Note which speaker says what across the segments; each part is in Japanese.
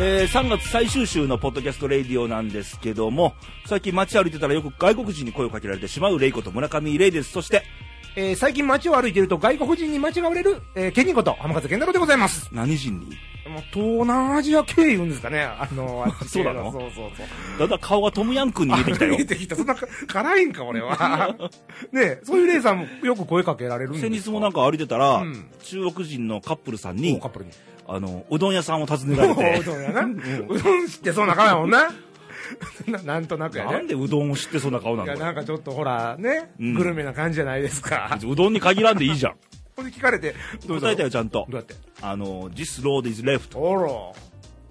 Speaker 1: えー3月最終週のポッドキャストレイディオなんですけども、最近街歩いてたらよく外国人に声をかけられてしまうレイこと村上レイです。そして、
Speaker 2: えー最近街を歩いていると外国人に間違われる、えー、ケニーこと浜風健太郎でございます。
Speaker 1: 何人に
Speaker 2: もう東南アジア経由んですかね。あ の、あっち系
Speaker 1: そうなの
Speaker 2: そうそうそう。
Speaker 1: だんだん顔がトムヤンクに見えてきたよ
Speaker 2: 見え。てきた。そんな、辛いんか、俺 は。ねえそういうレイさんもよく声かけられるんですか
Speaker 1: 先日もなんか歩いてたら、
Speaker 2: うん
Speaker 1: 中国人のカップルさん
Speaker 2: お
Speaker 1: に
Speaker 2: カッ、プルに。
Speaker 1: あの、うどん屋さんを訪ねられ
Speaker 2: お
Speaker 1: て
Speaker 2: う、ど んやな。うどん知ってそうな顔やもんな。 ななんとなくや
Speaker 1: なん
Speaker 2: ね。
Speaker 1: でうどんを知ってそんな顔ないの
Speaker 2: や、
Speaker 1: こ
Speaker 2: な
Speaker 1: れ
Speaker 2: んかちょっとほら、ね、
Speaker 1: うん
Speaker 2: グルメな感じじゃないですか。
Speaker 1: うどんに限らんでいいじ ゃん。
Speaker 2: これ聞かれて、どうぞ
Speaker 1: 答えたよ、ちゃんと
Speaker 2: どう。やって
Speaker 1: あの、this road is left。
Speaker 2: おろ。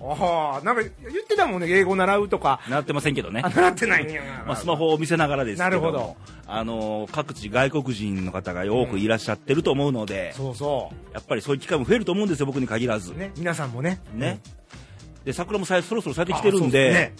Speaker 2: ああ、なんか言ってたもんね、英語習うとか。
Speaker 1: なってませんけどね
Speaker 2: あ。習ってないんや。
Speaker 1: まあ、スマホを見せながらですけど
Speaker 2: なるほど
Speaker 1: あの各地外国人の方が多くいらっしゃってると思うので、
Speaker 2: そうそ
Speaker 1: やっぱりそういう機会も増えると思うんですよ僕に限らず
Speaker 2: う。
Speaker 1: ね
Speaker 2: ね、皆さんもね。
Speaker 1: で桜もさそろそろ咲いてき
Speaker 2: あ
Speaker 1: てるん
Speaker 2: そう
Speaker 1: であ
Speaker 2: ね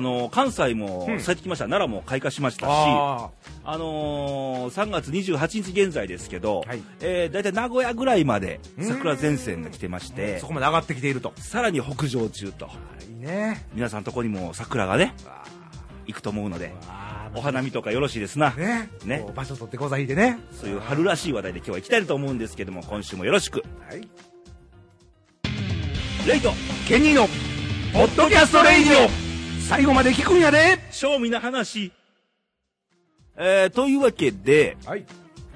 Speaker 1: の関西も
Speaker 2: うん
Speaker 1: 咲いてきました、奈良も開花しましたしあ、
Speaker 2: ああ、
Speaker 1: のー3月28日現在ですけど、
Speaker 2: はい
Speaker 1: えー大体名古屋ぐらいまで
Speaker 2: うん
Speaker 1: 桜前線が来てまし
Speaker 2: うん
Speaker 1: て
Speaker 2: そこまで上がってきていると。
Speaker 1: さらに北上中と
Speaker 2: いいね。
Speaker 1: 皆さんとこにも桜がね
Speaker 2: わ
Speaker 1: 行くと思うので
Speaker 2: あ
Speaker 1: お花見とかよろしいですな、
Speaker 2: ね。
Speaker 1: ね
Speaker 2: こう場所取ってこざいでね。
Speaker 1: そういう春らしい話題で今日は行きたいと思うんですけども今週もよろしく
Speaker 2: はい。
Speaker 1: レイト
Speaker 2: ケニーの、ポッドキャストレイディオ最後まで聞くんやで
Speaker 1: 賞味な話えー、というわけで、
Speaker 2: はい。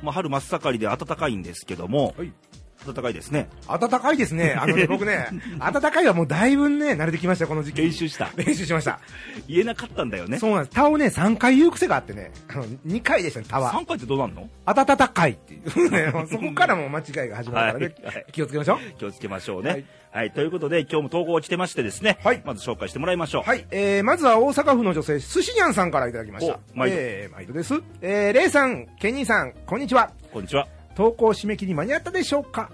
Speaker 1: まあ、春真っ盛りで暖かいんですけども、
Speaker 2: はい。
Speaker 1: 暖かいですね
Speaker 2: 暖かいですね。あ のね、僕ね、暖かいはもうだいぶね、慣れてきました、この時期。
Speaker 1: 練習した
Speaker 2: 練習しました。
Speaker 1: 言えなかったんだよね
Speaker 2: そうなんです。他をね、3回言う癖があってね、あの、2回でしたね、他は。
Speaker 1: 3回ってどうなんの
Speaker 2: 暖かいっていう、 ね、そこからもう間違いが始まるからね、
Speaker 1: はいはい
Speaker 2: 気をつけましょう。
Speaker 1: 気をつけましょうねは
Speaker 2: はいい、
Speaker 1: ということで今日も投稿が来てましてですね、
Speaker 2: はい
Speaker 1: まず紹介してもらいましょう、
Speaker 2: はい、えー、まずは大阪府の女性、すしにゃんさんからいただきました。
Speaker 1: お毎度
Speaker 2: えー、毎度です。えー、れいさん、けにーさん、こんにちは。
Speaker 1: こんにちは
Speaker 2: 投稿締め切り間に合ったでしょうか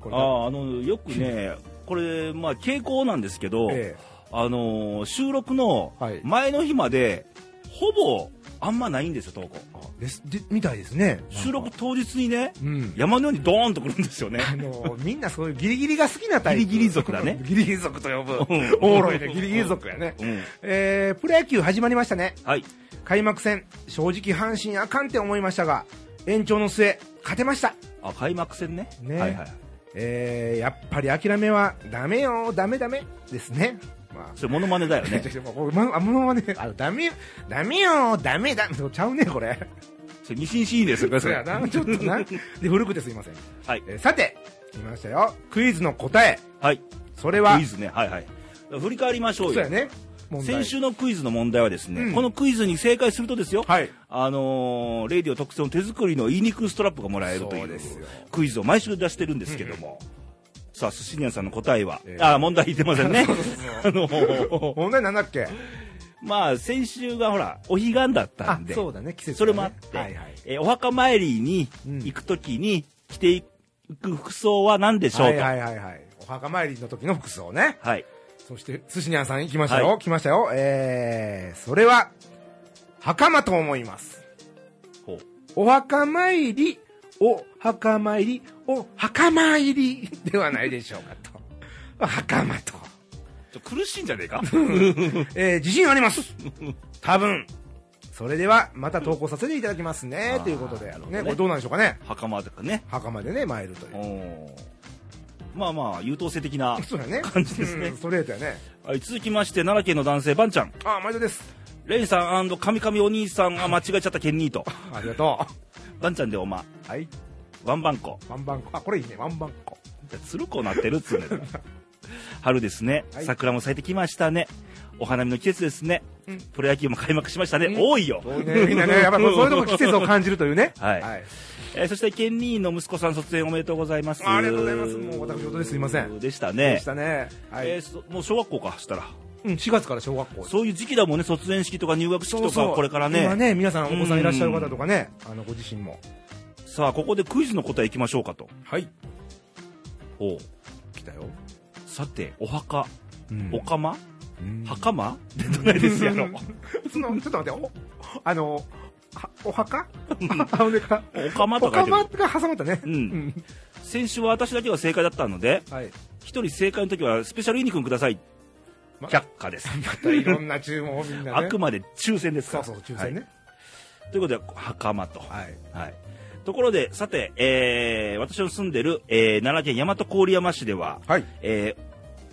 Speaker 2: こ
Speaker 1: ああーあのよくねこれまあ傾向なんですけど、
Speaker 2: え
Speaker 1: あのー収録の
Speaker 2: はい
Speaker 1: 前の日まで、ほぼあんまないんですよ投稿
Speaker 2: ーですでみたいですね。
Speaker 1: 収録当日にね、
Speaker 2: うん。
Speaker 1: 山のようにドーンと来るんですよね
Speaker 2: あのーみんなそういうギリギリが好きなタイプ。
Speaker 1: ギリギリ族だね
Speaker 2: ギリギリ族と呼ぶ
Speaker 1: うん。
Speaker 2: おもろいね、ギリギリ族やね。
Speaker 1: うん
Speaker 2: えー、プロ野球始まりましたね。
Speaker 1: はい
Speaker 2: 開幕戦、正直阪神あかんって思いましたが、延長の末、勝てました。
Speaker 1: あ開幕戦ね
Speaker 2: ね
Speaker 1: はいはい
Speaker 2: えー、やっぱり諦めはダメよ、ダメダメですね。まあ
Speaker 1: それモノマネ だよね
Speaker 2: ちょちょこれまあ、もうね、あの、ダメ、ダメよ、ダメだ、ちゃうね、これ。
Speaker 1: それ二進シーンですよ
Speaker 2: そうやな、ちょっとな。で、古くてすいません。
Speaker 1: はい
Speaker 2: えーさて、来ましたよ。クイズの答え。
Speaker 1: はい
Speaker 2: それは、
Speaker 1: クイズねはいはい振り返りましょ
Speaker 2: そうう
Speaker 1: よ
Speaker 2: やね。問題
Speaker 1: 先。週のクイズの問題はですね、
Speaker 2: うん
Speaker 1: このクイズに正解するとですよ、
Speaker 2: はい。
Speaker 1: あのーレイディオ特製の手作りの言いにくストラップがもらえるとい
Speaker 2: そう
Speaker 1: う
Speaker 2: ですよ
Speaker 1: クイズを毎週出してるんですけども、さあ寿司屋さんの答えは、
Speaker 2: ええ
Speaker 1: あー問題言ってませ んね あのー
Speaker 2: 問題なんだっけ
Speaker 1: まあ先週がほらお彼岸だったんで
Speaker 2: そうだね、季節、ね。
Speaker 1: それもあって、
Speaker 2: はいはい。
Speaker 1: えーお墓参りに行くときに着ていく服装は何でしょう
Speaker 2: は
Speaker 1: と、
Speaker 2: いはいはいはい。お墓参りの時の服装ね。
Speaker 1: はい
Speaker 2: そして、寿司にゃんさん行きましたよ。
Speaker 1: は
Speaker 2: 来ましたよ。えー、それは、袴と思います。
Speaker 1: ほう
Speaker 2: お墓参り、お墓参り、お墓参り ではないでしょうかと。袴と。
Speaker 1: ちょ苦しいんじゃねえ か
Speaker 2: えー、自信あります。多分。それでは、また投稿させていただきますね
Speaker 1: う。ん
Speaker 2: ということで
Speaker 1: あーなる、ほどね
Speaker 2: ね、これどうなんでしょうかね。
Speaker 1: 袴とかね
Speaker 2: 袴でね、参るとい
Speaker 1: お
Speaker 2: う。
Speaker 1: ーまあまあ優等生的な
Speaker 2: そうだね。
Speaker 1: 感じですね
Speaker 2: うんストレートやね。
Speaker 1: はい続きまして奈良県の男性バンちゃん
Speaker 2: あー、毎度です。
Speaker 1: レイさん神々お兄 さんあ間違えちゃったケンニーと
Speaker 2: ありがと
Speaker 1: バンちゃんでおま
Speaker 2: う。はい。
Speaker 1: ワンバンコ
Speaker 2: ワンバンコ。あ、これいいね、ワンバンコ。
Speaker 1: 鶴子なってるっつうん だから春ですね
Speaker 2: はい
Speaker 1: 桜も咲いてきましたねお花見の季節ですね、
Speaker 2: うん
Speaker 1: プロ野球も開幕しましたね、
Speaker 2: うん
Speaker 1: 多いよ
Speaker 2: そうね、みんなね、やっぱりそういうとこ季節を感じるというね。
Speaker 1: はいえーそしてケンニーの息子さん卒園おめでとうございます
Speaker 2: ありがとうございますもう私事ですいません
Speaker 1: でした
Speaker 2: で
Speaker 1: ね
Speaker 2: したね。はい。
Speaker 1: えーそもう小学校かしたら
Speaker 2: うん、4月から小学校。
Speaker 1: そういう時期だもんね卒園式とか入学式とかこれからね
Speaker 2: 今ね、皆さんお子さんいらっしゃる方とかね、あの、ご自身も。
Speaker 1: さあここでクイズの答えいきましょうかと
Speaker 2: はい。
Speaker 1: おう
Speaker 2: 来たよ。
Speaker 1: さてお墓
Speaker 2: うん
Speaker 1: おかま
Speaker 2: うん
Speaker 1: 袴ってどないですやろ
Speaker 2: その、ちょっと待って、お、あの、はお墓あのね、か
Speaker 1: おかま
Speaker 2: お
Speaker 1: とか
Speaker 2: 釜が挟まったね。
Speaker 1: うん。先週は私だけが正解だったので
Speaker 2: はい。
Speaker 1: 引一人正解の時はスペシャルユニくんください。
Speaker 2: ま
Speaker 1: 却下です。
Speaker 2: またいろんな注文をみんな
Speaker 1: あ
Speaker 2: ね。
Speaker 1: くまで抽選ですか
Speaker 2: そう
Speaker 1: ら。
Speaker 2: そう、抽選
Speaker 1: は
Speaker 2: ね。
Speaker 1: いということで、袴と。
Speaker 2: はい。
Speaker 1: はい。ところで、さて、えー私の住んでる、えー奈良県大和郡山市では、
Speaker 2: はい。
Speaker 1: えー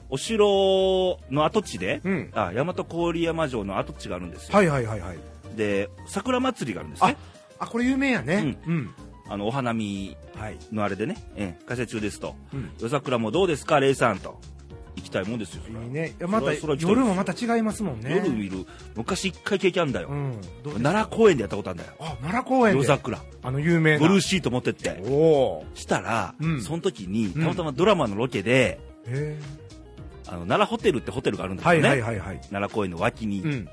Speaker 1: お城の跡地で、
Speaker 2: うん
Speaker 1: あ大和郡山城の跡地があるんですよ、
Speaker 2: はいはいはいはい。
Speaker 1: で桜祭りがあるんです
Speaker 2: あ
Speaker 1: ね、
Speaker 2: あ、これ有名やね。うん。
Speaker 1: あのお花見
Speaker 2: はい。
Speaker 1: のあれでね、ええ開催中ですと、
Speaker 2: うん
Speaker 1: 夜桜もどうですか、レイさんと、行きたいもんですよ、そ
Speaker 2: いい
Speaker 1: れは
Speaker 2: ね。いやま
Speaker 1: それ
Speaker 2: た
Speaker 1: はそれは来てる
Speaker 2: 夜もまた違いますもんね。
Speaker 1: 夜見る、昔一回経験あんだよ、
Speaker 2: うん。どう
Speaker 1: 奈良公園でやったことあんだよ、
Speaker 2: あ、奈良公園
Speaker 1: 夜
Speaker 2: で。
Speaker 1: 桜、
Speaker 2: あの有名な。
Speaker 1: ブルーシート持ってって、
Speaker 2: おお
Speaker 1: したら、
Speaker 2: うん
Speaker 1: その時に、
Speaker 2: う
Speaker 1: た
Speaker 2: ん
Speaker 1: またまドラマのロケで、
Speaker 2: ー。へ
Speaker 1: あの奈良ホテルってホテルがあるん
Speaker 2: え。
Speaker 1: ですよ
Speaker 2: は
Speaker 1: ね、
Speaker 2: いはいはいはい。
Speaker 1: 奈良公園の脇に、
Speaker 2: うん。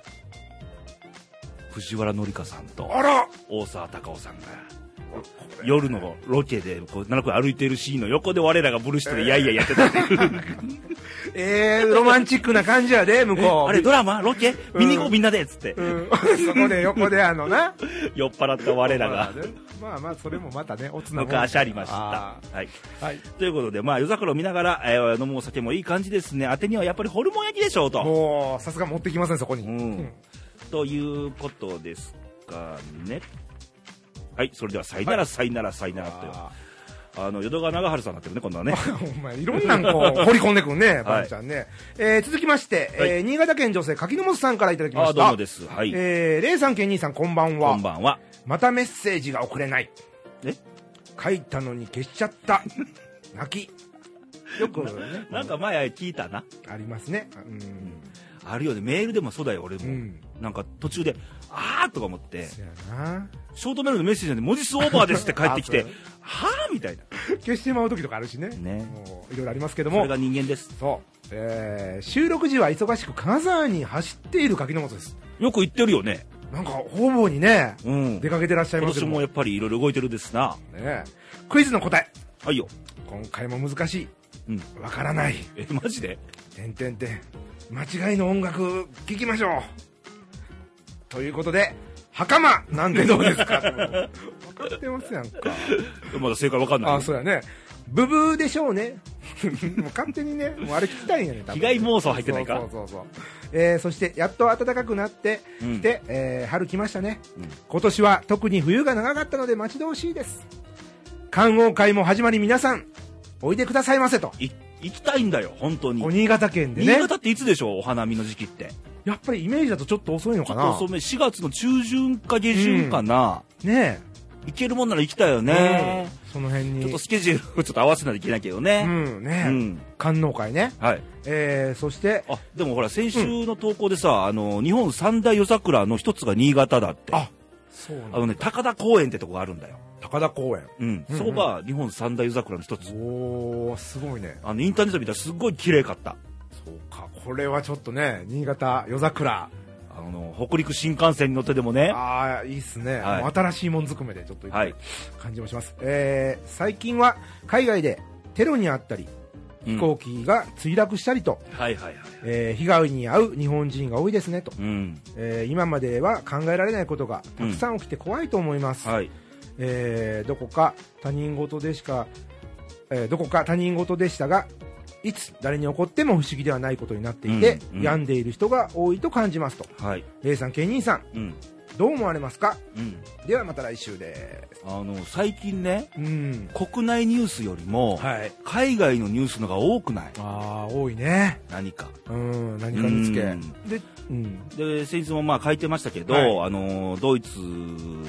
Speaker 1: 藤原紀香さんと
Speaker 2: あら
Speaker 1: 大沢たかおさんが。夜のロケでこう奈良公園歩いてるシーンの横で我らがブルーシートでやいやいやってたっていう、
Speaker 2: えー、ロマンチックな感じやで、向こう。
Speaker 1: あれドラマロケ見に行こう、
Speaker 2: うん
Speaker 1: みんなでっつって、
Speaker 2: うん、 そこで横であのな
Speaker 1: 酔っ払った我らが
Speaker 2: まあまあそれもまたねおつなもん
Speaker 1: 昔ありました、
Speaker 2: あ
Speaker 1: はい、
Speaker 2: ーはい
Speaker 1: ということで、まあ、夜桜を見ながら、えー飲むお酒もいい感じですね当てにはやっぱりホルモン焼きでしょうと
Speaker 2: もうさすが持ってきませんそこに、
Speaker 1: うんということですかねはいそれではさいなら、さいならさいならと
Speaker 2: あ
Speaker 1: あの淀川長春さんになって るね今度はね
Speaker 2: ー お前いろんなんこう掘り 込んでくんねばんちゃんね、えー続きまして、
Speaker 1: はい
Speaker 2: えー新潟県女性柿の本さんからいただきま
Speaker 1: あ
Speaker 2: した
Speaker 1: あどうもですはい、
Speaker 2: えー、レイさんケニーさんこんばんは
Speaker 1: こんばんは
Speaker 2: またメッセージが送れない
Speaker 1: え
Speaker 2: 書いたのに消しちゃった泣きよく、ね、
Speaker 1: なんか前聞いたな
Speaker 2: ありますねうん、
Speaker 1: あるよねメールでもそうだよ俺も、
Speaker 2: うん
Speaker 1: なんか途中で「あー」とか思って
Speaker 2: そやな
Speaker 1: ショートメールのメッセージなんで文字数オーバーですって帰ってき
Speaker 2: あ
Speaker 1: て
Speaker 2: そうね
Speaker 1: 「はあ?」みたいな
Speaker 2: 消してまう時とかあるしね
Speaker 1: ね
Speaker 2: もういろいろありますけど
Speaker 1: そ
Speaker 2: も
Speaker 1: れが人間です
Speaker 2: そう、えー収録時は忙しく金沢に走っている柿の本です
Speaker 1: よく言ってるよね
Speaker 2: なんか方々にね、
Speaker 1: うん
Speaker 2: 出かけてらっしゃい
Speaker 1: 今
Speaker 2: ます
Speaker 1: 年
Speaker 2: けど
Speaker 1: も
Speaker 2: も
Speaker 1: やっぱりいろいろ動いてるですな
Speaker 2: ねクイズの答え
Speaker 1: はいよ
Speaker 2: 今回も難し
Speaker 1: うん
Speaker 2: いわからない
Speaker 1: えマジで
Speaker 2: てんてんてん間違いの音楽聴きましょうということで袴なんでどうですか分かってますやんか
Speaker 1: まだ正解わかんない
Speaker 2: あそうやねブブーでしょうね もう勝手にねもうあれ聞きたいんやね多分
Speaker 1: 被害妄想入ってないか
Speaker 2: そうそうそうそうえーそしてやっと暖かくなって
Speaker 1: うん
Speaker 2: きて、えー春来ましたね、
Speaker 1: うん
Speaker 2: 今年は特に冬が長かったので待ち遠しいです観桜会も始まり皆さんおいでくださいませと
Speaker 1: い行きたいんだよ本当に、
Speaker 2: お新潟県で
Speaker 1: 新
Speaker 2: ね
Speaker 1: 潟っていつでしょうお花見の時期って
Speaker 2: やっぱりイメージだとちょっと遅いの
Speaker 1: ちょ
Speaker 2: か
Speaker 1: っと
Speaker 2: な
Speaker 1: 遅め4月の中旬か下旬かな、
Speaker 2: ね
Speaker 1: 行けるもんなら行きたいよ
Speaker 2: え
Speaker 1: ね、
Speaker 2: うんその辺に
Speaker 1: ちょっとスケジュールをちょっと合わせないといけないけど
Speaker 2: う
Speaker 1: ね。
Speaker 2: ん
Speaker 1: う
Speaker 2: ねえ、
Speaker 1: ん。
Speaker 2: 観音会ね、
Speaker 1: はい。
Speaker 2: えーそして
Speaker 1: あ、でもほら、先週の投稿でさ、あの、日本三大夜桜の一つが新潟だって。あ
Speaker 2: あそうなんだ
Speaker 1: のね、高田公園ってとこがあるんだよ。
Speaker 2: 高田公園
Speaker 1: うん。
Speaker 2: うん
Speaker 1: そこが日本三大夜桜の一つ。
Speaker 2: おーすごいね
Speaker 1: あの、インターネット見たらすっごい綺麗かった。
Speaker 2: そうかこれはちょっとね新潟夜桜
Speaker 1: あの、北陸新幹線に乗ってでもね。
Speaker 2: ああいいっすね、
Speaker 1: はい
Speaker 2: もう新しいもんずくめでちょっと行きた
Speaker 1: はい。
Speaker 2: 感じもします、えー最近は海外でテロにあったり
Speaker 1: うん
Speaker 2: 飛行機が墜落したりと、
Speaker 1: はいはいはい。
Speaker 2: えー被害に遭う日本人が多いですねと、
Speaker 1: うん。
Speaker 2: えー今までは考えられないことがたくさん起きて怖いと思います、
Speaker 1: はい。
Speaker 2: えーどこか他人事でしか、えーどこか他人事でしたがいつ誰に起こっても不思議ではないことになっていて、
Speaker 1: うんうん
Speaker 2: 病んでいる人が多いと感じますと
Speaker 1: はい。
Speaker 2: レイさんケニーさん
Speaker 1: うん。
Speaker 2: どう思われますか
Speaker 1: うん。
Speaker 2: ではまた来週です
Speaker 1: あの、最近ね、
Speaker 2: うん
Speaker 1: 国内ニュースよりも、
Speaker 2: はい
Speaker 1: 海外のニュースのが多くない
Speaker 2: ああ多いね
Speaker 1: 何か。
Speaker 2: うん何かにつけ
Speaker 1: うん
Speaker 2: でうん
Speaker 1: で先日もまあ書いてましたけど、
Speaker 2: はい
Speaker 1: あのドイツ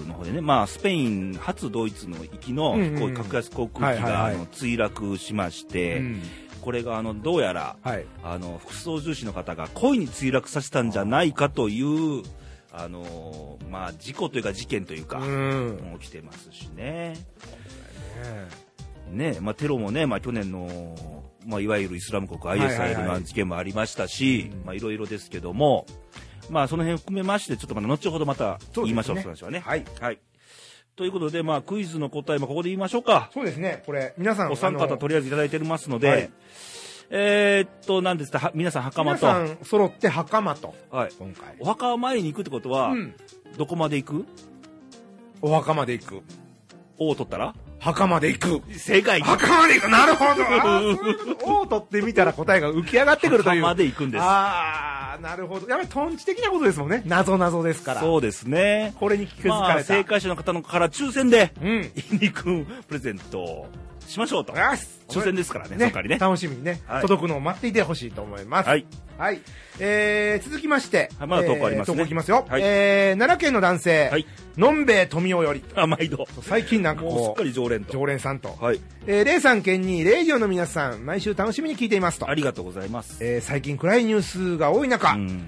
Speaker 1: の方でね、まあ、スペイン初ドイツの行きの
Speaker 2: うんうん
Speaker 1: 飛行機格安航空機
Speaker 2: はい
Speaker 1: が
Speaker 2: は
Speaker 1: あ
Speaker 2: いはい
Speaker 1: の墜落しまして、
Speaker 2: うん
Speaker 1: これがあのどうやら
Speaker 2: はい
Speaker 1: あの副操縦士の方が故意に墜落させたんじゃないかというあの、まあ、事故というか事件というか、
Speaker 2: うんね
Speaker 1: もう起きてますしねね、まあ、テロもね、まあ、去年の、まあ、いわゆるイスラム国
Speaker 2: いはいはい
Speaker 1: ISIL の事件もありましたし、
Speaker 2: うん
Speaker 1: まあ、いろいろですけども、まあ、その辺含めまして、ちょっとまた後ほどまた
Speaker 2: そう
Speaker 1: 言い
Speaker 2: ですね
Speaker 1: ましょう、その話はね。
Speaker 2: はい。
Speaker 1: はい。ということで、まあ、クイズの答えもここで言いましょうか。
Speaker 2: そうですねこれ皆さん
Speaker 1: お三
Speaker 2: あ
Speaker 1: 方
Speaker 2: の
Speaker 1: とりあえずいただいてますので、
Speaker 2: はい
Speaker 1: えーっと、何ですか、は皆さん袴
Speaker 2: 皆
Speaker 1: と、
Speaker 2: さ
Speaker 1: は
Speaker 2: ん揃って袴と
Speaker 1: い。
Speaker 2: 今回
Speaker 1: お墓参りに行くってことは、
Speaker 2: うん
Speaker 1: どこまで行く
Speaker 2: お墓まで行く
Speaker 1: 王を取ったら
Speaker 2: 墓まで行く。
Speaker 1: 正解。
Speaker 2: 墓まで行く。なる ほど。あーそういうことを取ってみたら答えが浮き上がってくるという。
Speaker 1: 墓まで行くんです
Speaker 2: ああ、なるほど。やっぱりトンチ的なことで すもんね。謎謎ですから。
Speaker 1: そうですね。
Speaker 2: これに気づ
Speaker 1: ま
Speaker 2: か
Speaker 1: あ、
Speaker 2: れた。
Speaker 1: 正解者の方のから抽選で、
Speaker 2: うん。
Speaker 1: いにくんプレゼントしましょうと。
Speaker 2: よし
Speaker 1: 抽選ですからね、そ
Speaker 2: ね
Speaker 1: っかりね。
Speaker 2: 楽しみにね、
Speaker 1: はい
Speaker 2: 届くのを待っていてほしいと思います。
Speaker 1: はい。
Speaker 2: はい。えー、続きまして。
Speaker 1: はいまだ投稿ありますね
Speaker 2: えー投稿いきますよ。
Speaker 1: はい
Speaker 2: えー、奈良県の男性。
Speaker 1: はい
Speaker 2: のんべえ富雄より。
Speaker 1: あ、毎度。
Speaker 2: 最近なんか
Speaker 1: もうすっ
Speaker 2: こ
Speaker 1: かり常連
Speaker 2: う、
Speaker 1: と。
Speaker 2: 常連さんと。
Speaker 1: はい。
Speaker 2: えー、レイさん、ケンに、レイジオの皆さん、毎週楽しみに聞いていますと
Speaker 1: あ。りがとうございます。
Speaker 2: えー、最近暗いニュースが多い中、
Speaker 1: うん。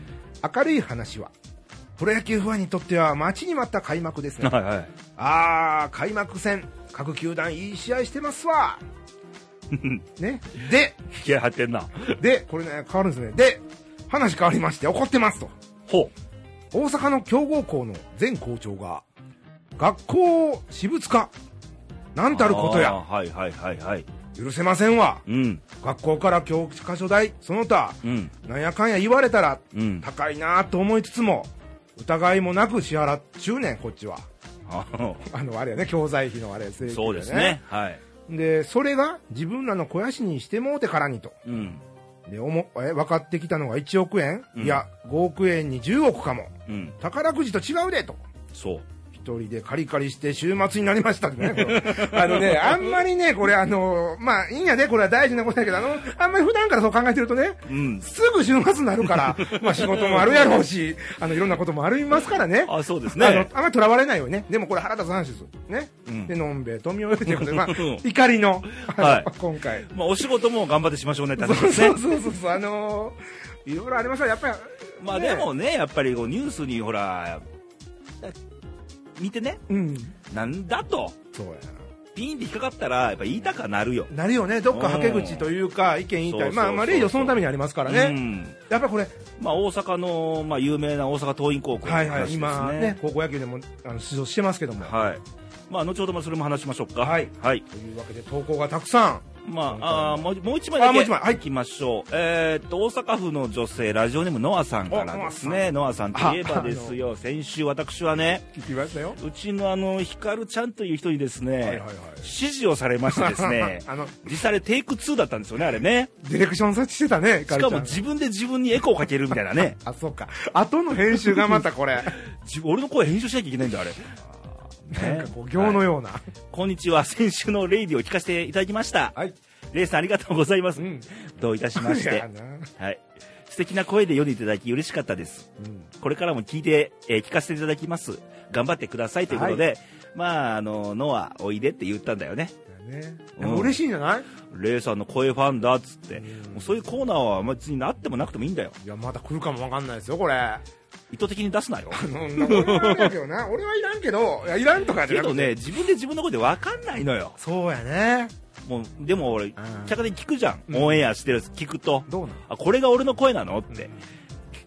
Speaker 2: 明るい話は、プロ野球ファンにとっては待ちに待った開幕です ね。
Speaker 1: はいはい。
Speaker 2: あー、開幕戦、各球団いい試合してます わ。ね。で、
Speaker 1: 気合入ってんな。
Speaker 2: で、これね、変わるんですね。で、話変わりまして、怒ってますと。
Speaker 1: ほ
Speaker 2: 大阪の強豪校の前校長が、学校を私物化、なん
Speaker 1: う。
Speaker 2: たることや、
Speaker 1: あーはいはいはいはい。
Speaker 2: 許せませんわ。
Speaker 1: うん。
Speaker 2: 学校から教科書代、その他、
Speaker 1: うん。
Speaker 2: なんやかんや言われたら、
Speaker 1: うん。
Speaker 2: 高いなと思いつつも、疑いもなく支払っちゅうねん、こっちは。
Speaker 1: あの
Speaker 2: あの、あれやね、教材費のあれ、請求
Speaker 1: そうですね。。はい。
Speaker 2: で、それが自分らの肥やしにしてもうてからにと。
Speaker 1: うん。
Speaker 2: で、おも、え、分かってきたのが1億円、
Speaker 1: うん
Speaker 2: いや、5億円に10億かも。
Speaker 1: うん。
Speaker 2: 宝くじと違うでと。
Speaker 1: そう。
Speaker 2: 一人でカリカリして週末になりましたね。こ れあのね、あんまりね、これあの、まあ、いいんやで、これは大事なことやけど、あの、あんまり普段からそう考えてるとね、
Speaker 1: うん。
Speaker 2: すぐ週末になる から、まあ仕事もあるやろうし、あの、いろんなこともありますからね。
Speaker 1: あ、そうです
Speaker 2: あの
Speaker 1: ね。、
Speaker 2: あんまりとらわれないようにね。でもこれ腹立つ話です。ね。
Speaker 1: うん
Speaker 2: で、のんべえ、富美男というこ とで、まあ
Speaker 1: うん、
Speaker 2: 怒りの、あの
Speaker 1: はい
Speaker 2: 今回。
Speaker 1: まあ、お仕事も頑張ってしましょうねって
Speaker 2: そ
Speaker 1: 話
Speaker 2: う
Speaker 1: です
Speaker 2: そ
Speaker 1: ね
Speaker 2: う。そうそう、あのー、いろいろありますよ。やっぱり、
Speaker 1: まあ
Speaker 2: ね
Speaker 1: でもね、やっぱりこうニュースにほら、見てね、
Speaker 2: うん。
Speaker 1: なんだと、
Speaker 2: そうや
Speaker 1: ピンって引っかかったら、やっぱ言いたかなるよ。
Speaker 2: な。なるよね。どっかはけ口というか、意見言いた
Speaker 1: そうそうそう
Speaker 2: い。まあまあ、例女そのためにありますから
Speaker 1: う
Speaker 2: ね。
Speaker 1: ん
Speaker 2: やっぱりこれ、
Speaker 1: まあ大阪の、まあ有名な大阪桐蔭高校の
Speaker 2: はい
Speaker 1: 話
Speaker 2: は
Speaker 1: で
Speaker 2: い、
Speaker 1: すね。
Speaker 2: 今ね、高校野球でもあの出場してますけども。
Speaker 1: はい。まあ後ほどもそれも話しましょうか。
Speaker 2: はい
Speaker 1: はい。
Speaker 2: というわけで、投稿がたくさん。
Speaker 1: まあ、あーもうもう一枚
Speaker 2: あ
Speaker 1: だ
Speaker 2: もう
Speaker 1: け
Speaker 2: 一枚はい
Speaker 1: 行きましょう。えーっと、大阪府の女性、ラジオネームノアさんからですね。ノアさんといえばですよ、先週私はね、
Speaker 2: 聞きましたよ。
Speaker 1: うちのあの、ヒカルちゃんという人にですね、
Speaker 2: はいはいはい
Speaker 1: 指示をされましてですね
Speaker 2: 、あの、
Speaker 1: 実際あれテイク2だったんですよね、あれね。
Speaker 2: ディレクション察知してたね、
Speaker 1: し
Speaker 2: ひ
Speaker 1: か
Speaker 2: りちゃ
Speaker 1: も
Speaker 2: ん
Speaker 1: 自分で自分にエコーかけるみたいな ね。
Speaker 2: あ、そうか。後の編集がまた これ、
Speaker 1: 自俺の声編集しなきゃいけないんだよ、あれ。
Speaker 2: なんかこう、行の
Speaker 1: はい
Speaker 2: ような。
Speaker 1: こんにちは、先週のレイディを聞かせていただきました。
Speaker 2: はい。
Speaker 1: レイさんありがとうございます。
Speaker 2: うん
Speaker 1: どういたしまし
Speaker 2: い
Speaker 1: て
Speaker 2: や。な
Speaker 1: はい。素敵な声で読んでいただき嬉しかったです。これからも聞いて、えー聞かせていただきます。頑張ってくださいということで、まあ、あの、ノア、おいでって言ったんだよね。
Speaker 2: うん。だよね。
Speaker 1: うん
Speaker 2: でも嬉しいんじゃない
Speaker 1: レイさんの声ファンだっつって、
Speaker 2: うん
Speaker 1: もうそういうコーナーは別になってもなくてもいいんだよ
Speaker 2: いや、また来るかもわかんないですよ、これ。あ
Speaker 1: 意図的に出すな よ
Speaker 2: のな俺はあれだけどな。 俺はいらんけど、いや、いらんとかじ
Speaker 1: け
Speaker 2: ゃな
Speaker 1: ど
Speaker 2: くて。
Speaker 1: ね自分で自分の声で分かんないのよ
Speaker 2: そうやね。
Speaker 1: もうでも俺客で聞くじゃん、
Speaker 2: うん
Speaker 1: オンエアしてるやつ聞くと
Speaker 2: どうなの
Speaker 1: あこれが俺の声なのって、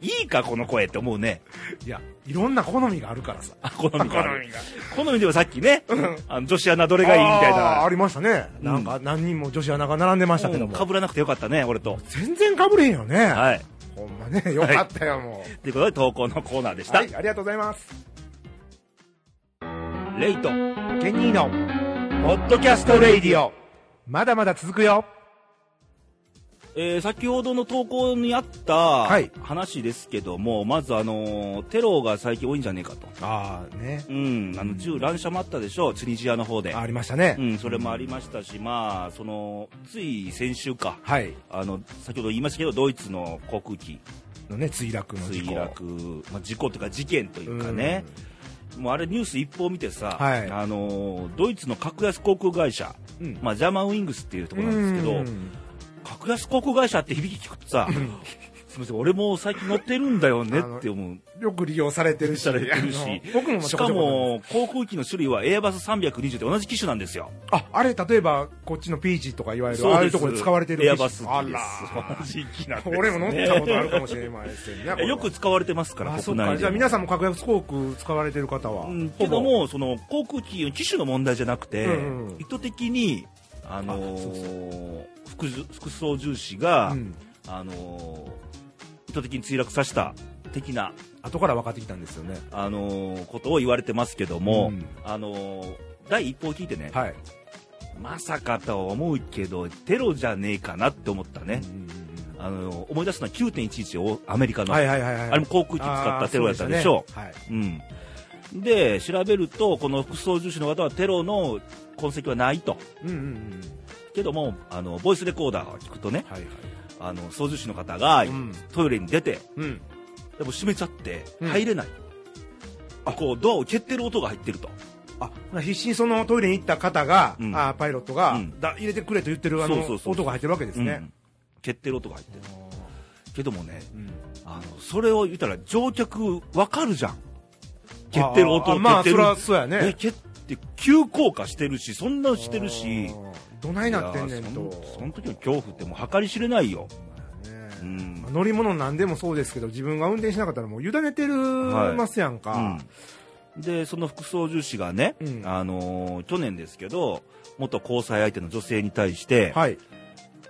Speaker 1: いいかこの声って思うね
Speaker 2: いや、いろんな好みがあるからさ。
Speaker 1: あ好みがある
Speaker 2: 好みが
Speaker 1: 好みではさっきね、あの女子アナどれがいいみたい
Speaker 2: あーあ
Speaker 1: な
Speaker 2: りましたね。なんか、何人も女子アナが並んでましたけど
Speaker 1: か
Speaker 2: も。
Speaker 1: ぶらなくてよかったね俺と
Speaker 2: 全然かぶれへんよね。
Speaker 1: はい
Speaker 2: ほんまね、よかったよ、もう。
Speaker 1: ということで投稿のコーナーでした、
Speaker 2: はい、ありがとうございます。
Speaker 1: レイト
Speaker 2: ケニーの、
Speaker 1: ポッドキャストレイディオ
Speaker 2: まだまだ続くよ。
Speaker 1: えー先ほどの投稿にあっ
Speaker 2: い
Speaker 1: た話ですけども、まず、あのーテロが最近多いんじゃねえかと、
Speaker 2: ああ、ね。
Speaker 1: うん、あの銃乱射もあったでしょう、チュニジアの方で、
Speaker 2: ありましたね。
Speaker 1: うん、それもありましたし、まあ、そのつい先週か、
Speaker 2: はい。
Speaker 1: あの先ほど言いましたけど、ドイツの航空機
Speaker 2: のね、墜落の事故。
Speaker 1: 墜落、まあ、事故というか、事件というかね、もうあれ、ニュース一報見てさ、
Speaker 2: はい
Speaker 1: あのードイツの格安航空会社、
Speaker 2: うん
Speaker 1: まあ、ジャーマンウィングスっていうとこ
Speaker 2: う
Speaker 1: ろ
Speaker 2: ん
Speaker 1: なんですけど。
Speaker 2: うん
Speaker 1: 格安航空会社って響き聞くとさ、すみません、俺も最近乗ってるんだよねって思う。
Speaker 2: よく利用されてるし。
Speaker 1: されてるし
Speaker 2: あの僕も
Speaker 1: し
Speaker 2: ちょこ
Speaker 1: か
Speaker 2: ちょこなんで
Speaker 1: も航空機の種類はエアバス320で同じ機種なんですよ。
Speaker 2: す。あ、あれ、例えば、こっちのピーチとかいわゆる、ああいうところで使われてる
Speaker 1: エアバス機
Speaker 2: あ
Speaker 1: で
Speaker 2: ら。
Speaker 1: す。同じ機なんです、
Speaker 2: 俺も乗っ たことあるかもしれませんね。これは
Speaker 1: よく使われてますから、
Speaker 2: あ、そ
Speaker 1: 国
Speaker 2: っか。
Speaker 1: 内
Speaker 2: じゃ
Speaker 1: で
Speaker 2: あ
Speaker 1: も。
Speaker 2: 皆さんも格安航空使われてる方は。
Speaker 1: うんけども、その航空機の機種の問題じゃなくて、
Speaker 2: うんうん
Speaker 1: 意図的に、あのー
Speaker 2: あそう
Speaker 1: 副じゅ副操縦士が、
Speaker 2: うん
Speaker 1: あのー意図的に墜落させた的な
Speaker 2: 後から分かってきたんですよね。
Speaker 1: あのーことを言われてますけども、
Speaker 2: うん
Speaker 1: あのー第一報を聞いてね、
Speaker 2: はい。
Speaker 1: まさかとは思うけどテロじゃねえかなって思ったね、あの思い出すのは9.11をアメリカの、
Speaker 2: はいはいはいはい。
Speaker 1: あれも航空機使ったテロやったでしょ
Speaker 2: あーそうでし
Speaker 1: うん、で調べるとこの副操縦士の方はテロの痕跡はないと
Speaker 2: たねはい。うんうんうん。
Speaker 1: けどもあのボイスレコーダーを聞くとね
Speaker 2: はいはい。
Speaker 1: あの操縦士の方が、
Speaker 2: うん
Speaker 1: トイレに出て
Speaker 2: うん。
Speaker 1: でも閉めちゃって
Speaker 2: うん
Speaker 1: 入れない、あこうドアを蹴ってる音が入ってると
Speaker 2: あ、必死にそのトイレに行った方が、
Speaker 1: うん
Speaker 2: あパイロットが、
Speaker 1: うん
Speaker 2: だ入れてくれと言ってるあの
Speaker 1: そうそうそう
Speaker 2: 音が入ってるわけです
Speaker 1: う
Speaker 2: ね
Speaker 1: ん。蹴ってる音が入ってるけどもね
Speaker 2: うん
Speaker 1: あのそれを言ったら乗客わかるじゃん蹴ってる音
Speaker 2: あ
Speaker 1: を
Speaker 2: ーま
Speaker 1: 蹴っ
Speaker 2: あ、
Speaker 1: て
Speaker 2: そ
Speaker 1: る、
Speaker 2: りゃそうや
Speaker 1: え
Speaker 2: ね。
Speaker 1: 蹴って急降下してるしそんなんしてるし
Speaker 2: あー。どないなってんねん
Speaker 1: いや
Speaker 2: と
Speaker 1: ー。そんその時の恐怖ってもう計り知れないよ、
Speaker 2: ね
Speaker 1: うん
Speaker 2: まあ乗り物なんでもそうですけど、自分が運転しなかったらもう委ねてる
Speaker 1: はい
Speaker 2: ますやんか。
Speaker 1: うん、でその副操縦士がね、
Speaker 2: うん
Speaker 1: あのー去年ですけど元交際相手の女性に対して、
Speaker 2: はい。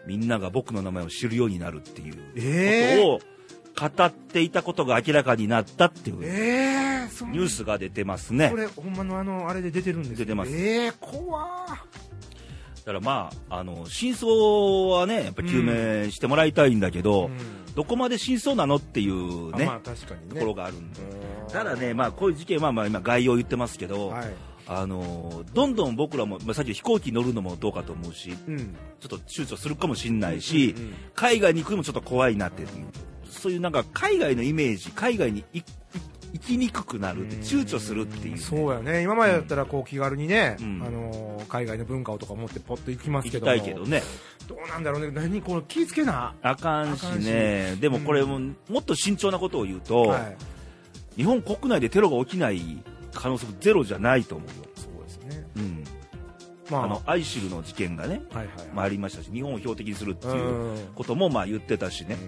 Speaker 1: みんなが僕の名前を知るようになるっていう
Speaker 2: えー
Speaker 1: ことを語っていたことが明らかになったっていう
Speaker 2: えー、そ
Speaker 1: ニュースが出てますね
Speaker 2: これ、ほんまのあの、あれで出てるんです
Speaker 1: 出てます
Speaker 2: えー、怖ー
Speaker 1: だからまああの真相はねやっぱ究明してもらいたいんだけど、
Speaker 2: うん
Speaker 1: どこまで真相なのっていう
Speaker 2: あ
Speaker 1: ね、
Speaker 2: まあ、確かにね。
Speaker 1: ところがあるんで
Speaker 2: うん
Speaker 1: ただね、まあ、こういう事件はまあ今概要言ってますけど、
Speaker 2: はい。
Speaker 1: あのーどんどん僕らも、まあ、さっき飛行機に乗るのもどうかと思うし
Speaker 2: うん。
Speaker 1: ちょっと躊躇するかもしれないし、
Speaker 2: うんうん
Speaker 1: 海外に行くのもちょっと怖いなっていうそういうなんか海外のイメージ海外に行行きにくくなるって躊躇するっていう,、
Speaker 2: そうやね。今までだったら、こう、気軽にね、
Speaker 1: うん
Speaker 2: あのー、海外の文化をとか持ってポッと行きま
Speaker 1: 行
Speaker 2: すけ
Speaker 1: き
Speaker 2: ども。
Speaker 1: たいけどね
Speaker 2: どうなんだろうね。何この気ぃつけな。
Speaker 1: あかんしねでもこれも、もっと慎重なことを言うと、
Speaker 2: はい。
Speaker 1: 日本国内でテロが起きない可能性もゼロじゃないと思うよ、
Speaker 2: そうですね。
Speaker 1: うん
Speaker 2: まあ、
Speaker 1: あのアイシルの事件がね、
Speaker 2: はいはい。
Speaker 1: まあ、ありましたし日本を標的にするって
Speaker 2: う
Speaker 1: いうんこともまあ言ってたしね、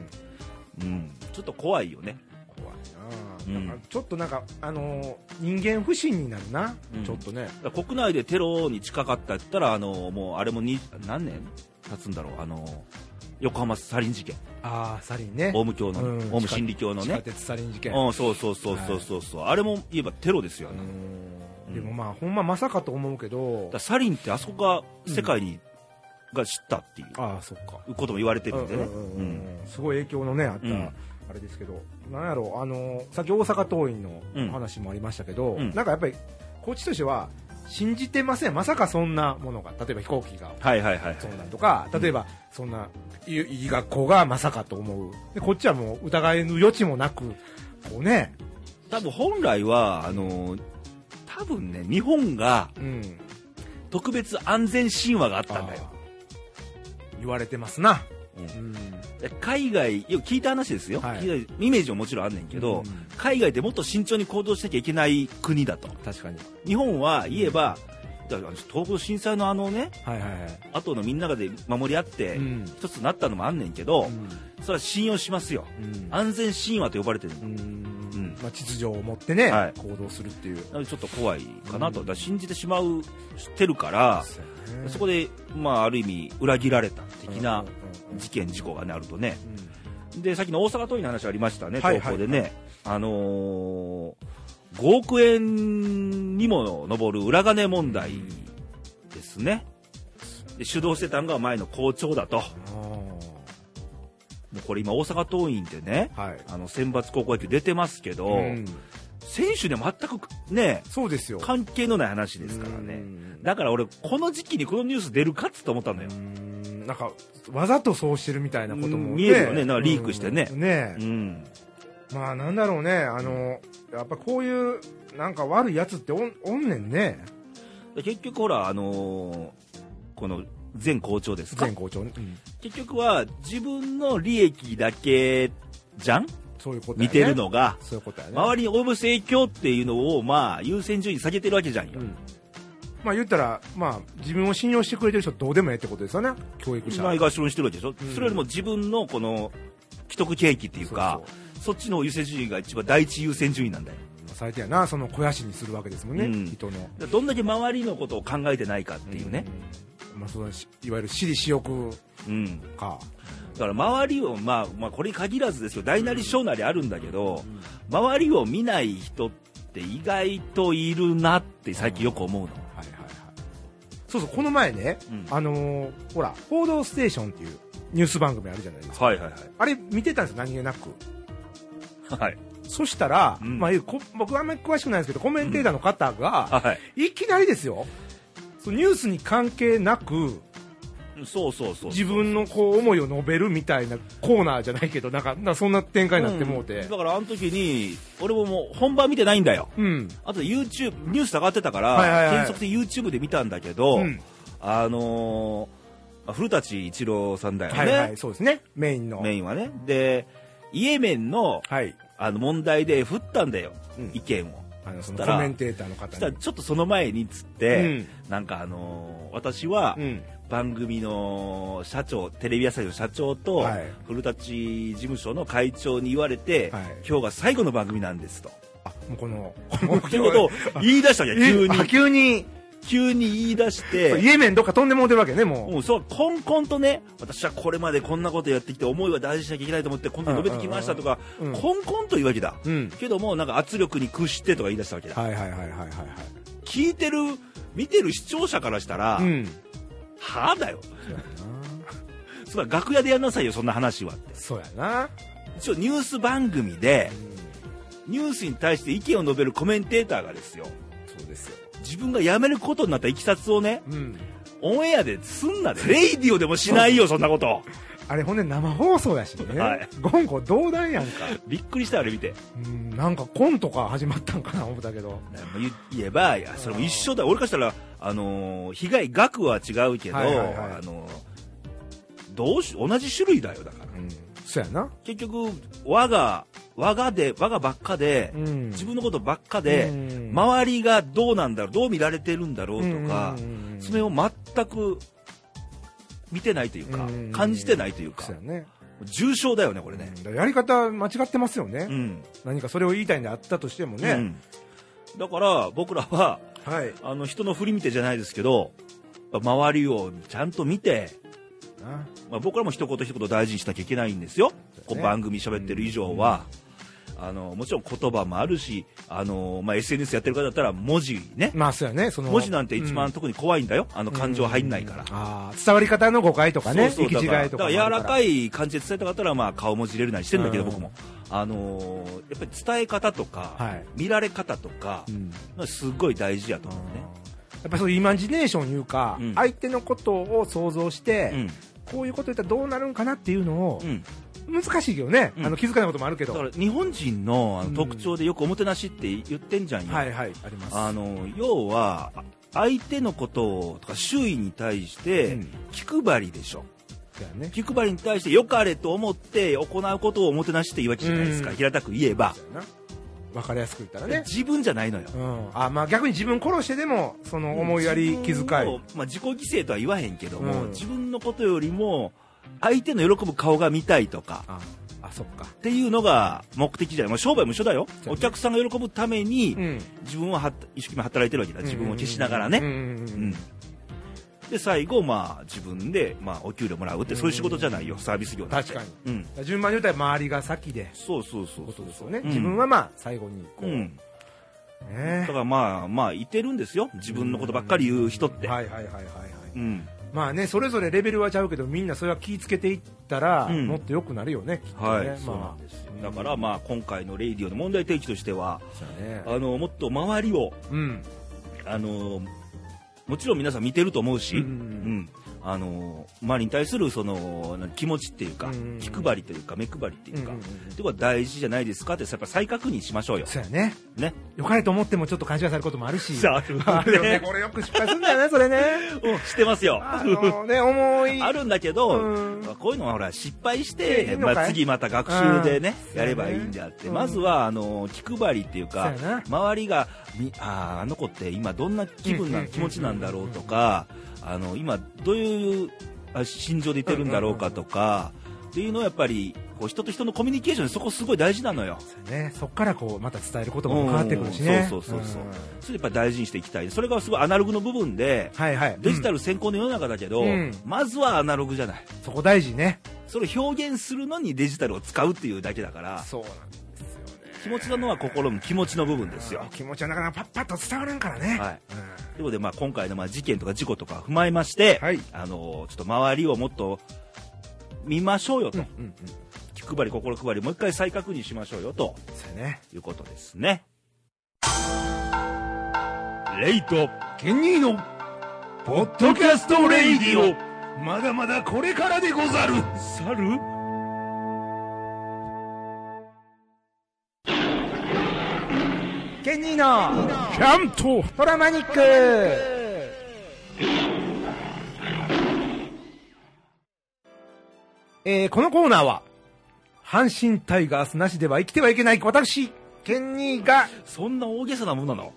Speaker 1: うん、ちょっと怖いよね、
Speaker 2: 怖
Speaker 1: う
Speaker 2: いな、
Speaker 1: ん
Speaker 2: なんかちょっとなんか、あのー人間不信になるな、
Speaker 1: うん
Speaker 2: ちょっとね
Speaker 1: だから国内でテロに近かったって言ったら、あのもうあれもに何年経つんだろう、あの横浜サリン事件、
Speaker 2: ああサリンね
Speaker 1: オウム教の、
Speaker 2: うん
Speaker 1: オウム真理教の
Speaker 2: 地下
Speaker 1: ね、
Speaker 2: 鉄サリン事件
Speaker 1: うん、そうそうそうそうそうそう、あれも言えばテロですよ、
Speaker 2: う
Speaker 1: だか
Speaker 2: んでもまあほんままさかと思うけど
Speaker 1: らサリンってあそこが世界に、が知ったってい
Speaker 2: ああそっか
Speaker 1: うことも言われてるんでね、
Speaker 2: うんうん
Speaker 1: う
Speaker 2: うんんすごい影響のねあった、
Speaker 1: うん
Speaker 2: あれですけどなんやろうあのーさっき大阪桐蔭の話もありましたけど、
Speaker 1: うん
Speaker 2: なんかやっぱりこっちとしては信じてませんまさかそんなものが例えば飛行機が
Speaker 1: はいはいはい、
Speaker 2: そんなんとか、例えば、そんな、いいい学校がまさかと思う。で、こっちはもう疑いの余地もなく、こうね、
Speaker 1: 多分本来は、あの多分ね、日本が
Speaker 2: うん。
Speaker 1: 特別安全神話があったんだよ。
Speaker 2: 言われてますな。
Speaker 1: うん
Speaker 2: うん。
Speaker 1: 海外、よく聞いた話ですよ、
Speaker 2: はい
Speaker 1: 聞いたイメージももちろんあんねんけど、
Speaker 2: うん
Speaker 1: 海外でもっと慎重に行動しなきゃいけない国だと、
Speaker 2: 確かに。
Speaker 1: 日本は言えば、だから東北震災のあのね、
Speaker 2: はいはいはい。
Speaker 1: 後のみんなで守り合って、
Speaker 2: うん
Speaker 1: 一つになったのもあんねんけど、それは信用しますよ、
Speaker 2: うん
Speaker 1: 安全神話と呼ばれてる
Speaker 2: う
Speaker 1: の、
Speaker 2: ん。まあ、秩序を持ってね、
Speaker 1: はい
Speaker 2: 行動するっていう。
Speaker 1: なのでちょっと怖いかなと、だから信じてしまう、知ってるから、そこで、まあ、ある意味、裏切られた的な事件、事故が、ね、あるとね。
Speaker 2: うん
Speaker 1: でさっきの大阪桐蔭の話ありましたね、
Speaker 2: はい
Speaker 1: 東
Speaker 2: はい
Speaker 1: 京でね、あのー5億円にも上る裏金問題ですね、で主導してたのが前の校長だと、もうこれ今、大阪桐蔭ってね、
Speaker 2: あーはい。
Speaker 1: あの選抜高校野球出てますけど、
Speaker 2: うん
Speaker 1: 選手で全くね、
Speaker 2: そうですよ。
Speaker 1: 関係のない話ですからね
Speaker 2: う、ん
Speaker 1: だから俺、この時期にこのニュース出るかっつと思ったのよ
Speaker 2: う。んなんか、わざとそうしてるみたいなことも、
Speaker 1: うん見えるよねなんかリークしてね
Speaker 2: うんね
Speaker 1: うん
Speaker 2: まあなんだろうね、あの、やっぱこういう、なんか悪いやつっておんおんねんね、
Speaker 1: で結局ほら、あのーこの前校長ですか
Speaker 2: 前校長ね、うん
Speaker 1: 結局は自分の利益だけじゃん
Speaker 2: そういうことや
Speaker 1: 見
Speaker 2: ね。
Speaker 1: てるのが、
Speaker 2: そういうことやね。
Speaker 1: 周りに及ぼす影響っていうのを、まあ、優先順位に下げてるわけじゃんよ。
Speaker 2: うんまあ言ったら、まあ自分を信用してくれてる人どうでもええってことですよね、教育者。
Speaker 1: ないがしろにしてるわけでしょ、
Speaker 2: うん
Speaker 1: それよりも自分のこの既得権益っていうかそっちの優先順位が一番第一優先順位なんだよ
Speaker 2: 最低やな、その肥やしにするわけですもんね、
Speaker 1: うん
Speaker 2: 人の。
Speaker 1: だからどんだけ周りのことを考えてないかっていうね、
Speaker 2: うん。まあそのしいわゆる私利私欲
Speaker 1: うん、
Speaker 2: か。
Speaker 1: だから周りを、まあ、まあこれに限らずですよ大なり小なりあるんだけど、周りを見ない人って意外といるなって最近よく思うの、
Speaker 2: はいはいはい。そうそう、この前ね、
Speaker 1: うん
Speaker 2: あのーほら、報道ステーションっていうニュース番組あるじゃないですか。
Speaker 1: はいはい
Speaker 2: あれ見てたんですよ、何気なく。
Speaker 1: はい。はい。
Speaker 2: そしたら、
Speaker 1: うん
Speaker 2: まあ、こ僕はあんまり詳しくないんですけど、コメンテーターの方が、
Speaker 1: はい。
Speaker 2: いきなりですよ、そうニュースに関係なく、
Speaker 1: そうそうそう。
Speaker 2: 自分のこう思いを述べるみたいなコーナーじゃないけど、なんか、なんかそんな展開になってもうて。
Speaker 1: だからあの時に、俺ももう本番見てないんだよ。
Speaker 2: うん。
Speaker 1: あと YouTube、ニュース上がってたから、
Speaker 2: はいはいはい
Speaker 1: 転職で YouTube で見たんだけど、
Speaker 2: うん
Speaker 1: あのー、古舘一郎さんだよね、
Speaker 2: はいはい、そうですね。メインの。
Speaker 1: メインはね。で、イエメンの
Speaker 2: はい。
Speaker 1: あの問題で振ったんだよ、
Speaker 2: うん
Speaker 1: 意見を。
Speaker 2: あの、そ
Speaker 1: そし
Speaker 2: の
Speaker 1: た
Speaker 2: コ
Speaker 1: ら
Speaker 2: メンテーターの
Speaker 1: そした
Speaker 2: 方
Speaker 1: ら
Speaker 2: に。
Speaker 1: ちょっとその前につって、なんかあのー私は
Speaker 2: う、ん。
Speaker 1: 番組の社長テレビ朝日の社長と
Speaker 2: はい
Speaker 1: 古舘事務所の会長に言われて、
Speaker 2: はい
Speaker 1: 今日が最後の番組なんですと。
Speaker 2: あ、もうこの、
Speaker 1: ってこと を言い出したわけ急に
Speaker 2: あ急に、
Speaker 1: 急に言い出して
Speaker 2: イエメンどっか飛んでもうてるわけね、もう。
Speaker 1: もうそうコンコンとね私はこれまでこんなことやってきて思いは大事にしなきゃいけないと思ってこんなに述べてきましたとか、
Speaker 2: うんうんうんうん
Speaker 1: コンコンと言うわけだ、
Speaker 2: うん
Speaker 1: けどもなんか圧力に屈してとか言い出したわけだ、
Speaker 2: はいはいはいはいはい
Speaker 1: 聞いてる見てる視聴者からしたら、
Speaker 2: はい。うん。
Speaker 1: はあだよそれは楽屋でやんなさいよそんな話はって
Speaker 2: そうやな。
Speaker 1: 一応ニュース番組で
Speaker 2: うん
Speaker 1: ニュースに対して意見を述べるコメンテーターがですよ
Speaker 2: そうですよ。
Speaker 1: 自分が辞めることになったいきさつをね
Speaker 2: うん。
Speaker 1: オンエアですんなでレイディオでもしないよそんなこと
Speaker 2: あれほんで生放送やしね。
Speaker 1: はい
Speaker 2: 言語道断やんか。
Speaker 1: びっくりしたあれ見て
Speaker 2: うん、なんかコントか始まったんかな思ったけど。
Speaker 1: 言言えばいやそれも一緒だ俺からしたら、あのー被害額は違うけど、
Speaker 2: はいはいはい
Speaker 1: あのーどうし同じ種類だよだから
Speaker 2: うん。そうやな。
Speaker 1: 結局我が我がで我がばっかで、
Speaker 2: うん
Speaker 1: 自分のことばっかで、
Speaker 2: うん
Speaker 1: 周りがどうなんだろうどう見られてるんだろうとか、
Speaker 2: うんうんうんうん
Speaker 1: それを全く見てないというか、
Speaker 2: うんうん
Speaker 1: 感じてないというか
Speaker 2: そうやね。
Speaker 1: 重症だよねこれ
Speaker 2: うん
Speaker 1: ね、
Speaker 2: だからやり方間違ってますよね。
Speaker 1: うん
Speaker 2: 何かそれを言いたいんであったとしても
Speaker 1: う
Speaker 2: ね。
Speaker 1: んだから僕らは
Speaker 2: はい。
Speaker 1: あの人の振り見てじゃないですけど周りをちゃんと見て、
Speaker 2: な
Speaker 1: まあ、僕らも一言一言大事にしなきゃいけないんですよ、こう番組喋ってる以上は、あのもちろん言葉もあるしあの、まあ、SNS やってる方だったら文字ね、
Speaker 2: まあそうやね。その。
Speaker 1: 文字なんて一
Speaker 2: う
Speaker 1: 番
Speaker 2: ん
Speaker 1: 特に怖いんだよあの感情入んないから。
Speaker 2: あー伝わり方の誤解とかね。
Speaker 1: そうそ
Speaker 2: 行き
Speaker 1: う
Speaker 2: 違
Speaker 1: だから
Speaker 2: いとかもある。
Speaker 1: だから柔らかい感じで伝えたかったら、まあ、顔文字入れるなりしてんだけど、
Speaker 2: うん
Speaker 1: 僕も、あのーやっぱり伝え方とか、
Speaker 2: はい
Speaker 1: 見られ方とか
Speaker 2: う、ん
Speaker 1: すっごい大事やと思うね。
Speaker 2: やっぱりそういうイマジネーションいうか、
Speaker 1: うん
Speaker 2: 相手のことを想像して、
Speaker 1: うん
Speaker 2: こういうこと言ったらどうなるんかなっていうのを
Speaker 1: う、ん
Speaker 2: 難しいけどね、
Speaker 1: うん
Speaker 2: あの気づかないこともあるけど、
Speaker 1: だか
Speaker 2: は
Speaker 1: ら日本人のあ
Speaker 2: うん
Speaker 1: の特徴でよくおもてなしって言ってんじゃんよ、
Speaker 2: いはい、あります。
Speaker 1: あの要はあ相手のことをとか周囲に対して
Speaker 2: うん
Speaker 1: 気配りでしょ、
Speaker 2: だよね。
Speaker 1: 気配りに対して良かれと思って行うことをおもてなしって言うわけじゃないですか、
Speaker 2: うん
Speaker 1: 平たく言えば、
Speaker 2: そうやなわかりやすく言ったらね。
Speaker 1: 自分じゃないのよ、
Speaker 2: うん、あまあ逆に自分殺してでもその思いやり気遣い、
Speaker 1: 自分をまあ、自己犠牲とは言わへんけども、
Speaker 2: うん
Speaker 1: 自分のことよりも相手の喜ぶ顔が見たいとか
Speaker 2: ああそっか
Speaker 1: っていうのが目的じゃない、まあ、商売も一緒だよ
Speaker 2: そうやね
Speaker 1: お客さんが喜ぶために、
Speaker 2: うん
Speaker 1: 自分はは一生懸命働いてるわけだ自分を消しながらね、
Speaker 2: うんうんう
Speaker 1: うん
Speaker 2: うん
Speaker 1: んで最後、まあ、自分で、まあ、お給料もらうって、そういう仕事じゃないよサービス業なんて
Speaker 2: 確かに、
Speaker 1: うん、
Speaker 2: 順番に言ったら周りが先で
Speaker 1: そうそうそう
Speaker 2: ことですよね、
Speaker 1: うん
Speaker 2: 自分はまあ最後にこう、
Speaker 1: うん、だ
Speaker 2: ね
Speaker 1: からまあまあいてるんですよ自分のことばっかり言う人って、
Speaker 2: はいはいはいはいはい、
Speaker 1: うん
Speaker 2: まあねそれぞれレベルはちゃうけどみんなそれは気ぃつけていったら、
Speaker 1: うん
Speaker 2: もっと良くなるよねきっとね、
Speaker 1: はい、
Speaker 2: まあ
Speaker 1: そうなんですよ
Speaker 2: うん
Speaker 1: だからまあ今回の「レイディオ」の問題提起としては
Speaker 2: そうだね
Speaker 1: あのもっと周りを
Speaker 2: うん
Speaker 1: あのもちろん皆さん見てると思うし、
Speaker 2: うん
Speaker 1: うんあの周りに対するそのなん気持ちっていうか、
Speaker 2: うん
Speaker 1: 気配りというか目配りっていうか、
Speaker 2: うんうんうん
Speaker 1: ってことは大事じゃないですかってやっぱ再確認しましょうよ、
Speaker 2: そうやね
Speaker 1: ね、
Speaker 2: 良かれと思ってもちょっと勘違いされることもあるし
Speaker 1: そうあるね
Speaker 2: ある よねこれよく失敗するんだよねそれね
Speaker 1: してますよ
Speaker 2: あのね思い
Speaker 1: あるんだけど、
Speaker 2: うん
Speaker 1: こういうのはほら失敗し
Speaker 2: い
Speaker 1: て
Speaker 2: いのか
Speaker 1: ま
Speaker 2: い
Speaker 1: あ、次また学習でね
Speaker 2: うん
Speaker 1: やればいいんであって、
Speaker 2: うん
Speaker 1: まずはあの気配りっていうか
Speaker 2: そうやな
Speaker 1: 周りがみあーあの子って今どんな気分な、
Speaker 2: うん
Speaker 1: 気持ちなんだろうとか、あの今どういうあ心情でいてるんだろうかとか、っていうのはやっぱりこう人と人のコミュニケーションそこすごい大事なのよ。
Speaker 2: ねそっからこうまた伝えることも変わってくるしね
Speaker 1: うんそうそうそうそう、
Speaker 2: ん
Speaker 1: それやっぱ大事にしていきたいそれがすごいアナログの部分で、
Speaker 2: はいはい
Speaker 1: デジタ
Speaker 2: ル、
Speaker 1: ル先行の世の中だけど、
Speaker 2: うん
Speaker 1: まずはアナログじゃない
Speaker 2: うんそこ大事ね
Speaker 1: それを表現するのにデジタルを使うっていうだけだから
Speaker 2: そうなんですよね
Speaker 1: 気持ちなのは心も気持ちの部分ですよ
Speaker 2: 気持ちはなかなかパッパッと伝わらんからね、
Speaker 1: はい
Speaker 2: うん
Speaker 1: ということで、まあ、今回のまあ事件とか事故とか踏まえまして、
Speaker 2: はい
Speaker 1: あのちょっと周りをもっと見ましょうよと、
Speaker 2: うんうん。
Speaker 1: 気配り、心配り、もう一回再確認しましょうよと
Speaker 2: そうやね。
Speaker 1: いうことですね。レイト
Speaker 2: ケニーの、ポッドキャストレイディオ、まだまだこれからでござる。
Speaker 1: 猿
Speaker 2: ケニーの、キャント、トラマニック。えー、このコーナーは、阪神タイガースなしでは生きてはいけない私、ケニーが、
Speaker 1: そんな大げさなもんなの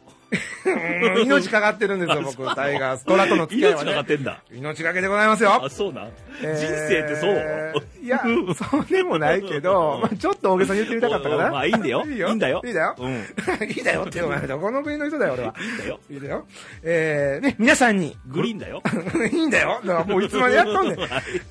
Speaker 2: うん 命かかってるんですよ、僕、タイガース。トラとの付き合いは
Speaker 1: 命かかっ
Speaker 2: ね。
Speaker 1: てんだ。
Speaker 2: 命がけでございますよ
Speaker 1: あ、。そうなん、
Speaker 2: えー
Speaker 1: 人生ってそう
Speaker 2: い や、そうでもないけど、まあちょっと大げさに言ってみたかったか
Speaker 1: う
Speaker 2: な。
Speaker 1: んまあいいんだよ
Speaker 2: いいよ。
Speaker 1: いいんだよ
Speaker 2: いいだよ。
Speaker 1: うん
Speaker 2: いいだよって、お前、どこの国の人だよ、俺は。
Speaker 1: いいんだよ。
Speaker 2: いいだよ。えー、ね、皆さんに、
Speaker 1: グリーンだよ。
Speaker 2: いいんだよ。だからもういつまでや っとんねん。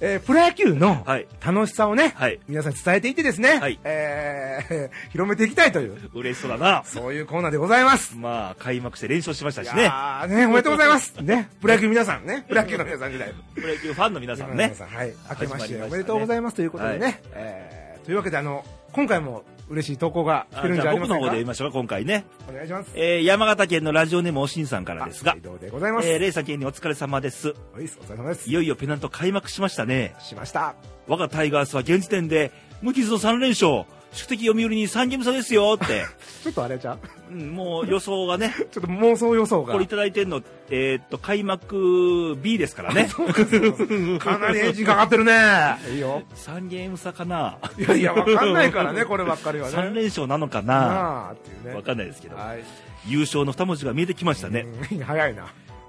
Speaker 2: えープロ野球の
Speaker 1: はい
Speaker 2: 楽しさをね、
Speaker 1: はい
Speaker 2: 皆さんに伝えていってですね、
Speaker 1: はい
Speaker 2: えー 広めていきたいという、
Speaker 1: 嬉しそうだな。
Speaker 2: そういうコーナーでございます。
Speaker 1: まあ、開幕して連勝しました
Speaker 2: い
Speaker 1: しね。
Speaker 2: やーね、おめでとうございます。ね、プロ野球皆さんね、プロ野球の皆さん時代。
Speaker 1: プロ野球ファンの皆さんね。
Speaker 2: はい、明
Speaker 1: 始ま
Speaker 2: けまし
Speaker 1: りました
Speaker 2: て
Speaker 1: ね
Speaker 2: おめでとうございますということでね。
Speaker 1: はい
Speaker 2: えーというわけで、あの、今回も嬉しい投稿が来て
Speaker 1: あ
Speaker 2: るん
Speaker 1: じ
Speaker 2: じ
Speaker 1: ゃあ
Speaker 2: ゃありま
Speaker 1: 僕の
Speaker 2: せん
Speaker 1: 方
Speaker 2: か
Speaker 1: で言いましょうか、今回ね。
Speaker 2: お願いします。
Speaker 1: えー山形県のラジオネームおしんさんからですが
Speaker 2: あ移、動でございます。
Speaker 1: えー、レイサ県にお疲れ様です。
Speaker 2: おいっすお疲れ様です
Speaker 1: い。よいよペナント開幕しましたね。
Speaker 2: しました。
Speaker 1: 我がタイガースは現時点で、無傷の3連勝、宿敵読売に3ゲーム差ですよ って、
Speaker 2: ちょっとあれじゃん
Speaker 1: うんもう予想 がね、
Speaker 2: ちょっと妄想予想が。
Speaker 1: これいただいてんの、えーっと、開幕 B ですからね。
Speaker 2: かなりエン ジンかかってるね。いいよ。
Speaker 1: 3ゲーム差かな、
Speaker 2: いやいや、わかんないからね、こればっかりはね。
Speaker 1: 3連勝なのかな、
Speaker 2: なあっていうね。
Speaker 1: わかんないですけど、
Speaker 2: はい。
Speaker 1: 優勝の2文字が見えてきましたね。
Speaker 2: うん 早いな。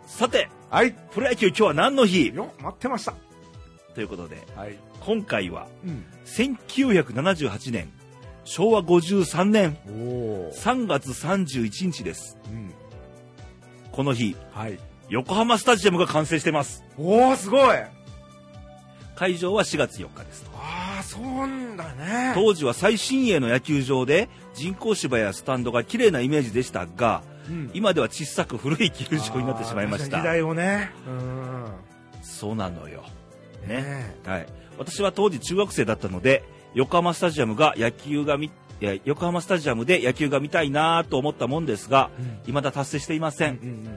Speaker 1: さて、
Speaker 2: はい。
Speaker 1: プロ野球今日は何の日
Speaker 2: よ、待ってました。
Speaker 1: ということで、
Speaker 2: はい。
Speaker 1: 今回は
Speaker 2: うん。
Speaker 1: 1978年、昭和53年
Speaker 2: おおー。
Speaker 1: 3月31日です。
Speaker 2: うん。
Speaker 1: この日、
Speaker 2: はい。
Speaker 1: 横浜スタジアムが完成してます。
Speaker 2: おお、すごい。
Speaker 1: 会場は4月4日ですと。
Speaker 2: ああ、そうなんだね。
Speaker 1: 当時は最新鋭の野球場で人工芝やスタンドが綺麗なイメージでしたが、
Speaker 2: うん
Speaker 1: 今では小さく古い球場になってしまいまし
Speaker 2: あー確かに時
Speaker 1: た。
Speaker 2: 代をね。うん。
Speaker 1: そうなのよ。ね。
Speaker 2: ね
Speaker 1: はい。私は当時中学生だったので、横浜スタジアムが野球が見、いや横浜スタジアムで野球が見たいなと思ったもんですが、
Speaker 2: うん
Speaker 1: 未だ達成していません。
Speaker 2: え。うん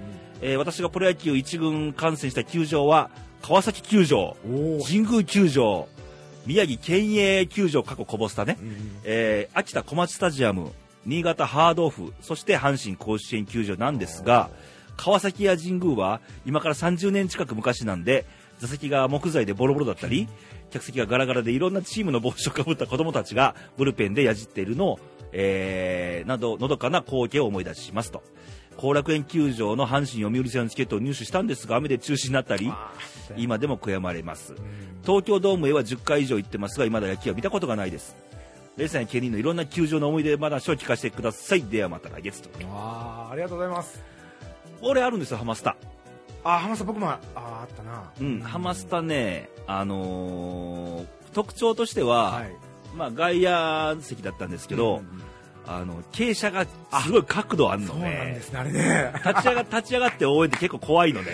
Speaker 1: えー私がプロ野球一軍観戦した球場は、川崎球場、
Speaker 2: うん。おお。
Speaker 1: 神宮球場、宮城県営球場、過去こぼすたね
Speaker 2: う、ん
Speaker 1: えー秋田小町スタジアム、新潟ハードオフ、そして阪神甲子園球場なんですが、川崎や神宮は今から30年近く昔なんで、座席が木材でボロボロだったり、客席がガラガラでいろんなチームの帽子をかぶった子供たちがブルペンでやじっているのを、えーなど、のどかな光景を思い出しますと。後楽園球場の阪神読売戦のチケットを入手したんですが、雨で中止になったり、
Speaker 2: あー
Speaker 1: 今でも悔やまれます。
Speaker 2: うん
Speaker 1: 東京ドームへは10回以上行ってますが、まだ野球は見たことがないです。レイさんやケニーのいろんな球場の思い出話を聞かせてください。ではまた来月と。
Speaker 2: あーありがとうございます。
Speaker 1: 俺あるんですよ、ハマスタ。
Speaker 2: あー、浜田さん、僕も、あーあったな。
Speaker 1: うん、ハマスタね、あのー特徴として
Speaker 2: タ
Speaker 1: は、
Speaker 2: はい。
Speaker 1: まあ外野席だったんですけど、
Speaker 2: うん
Speaker 1: あの、傾斜がすごい角度あるの
Speaker 2: そうなんで
Speaker 1: ね。
Speaker 2: すね、あれね。
Speaker 1: 立ち上が、 立ち上がって応援って結構怖いのね。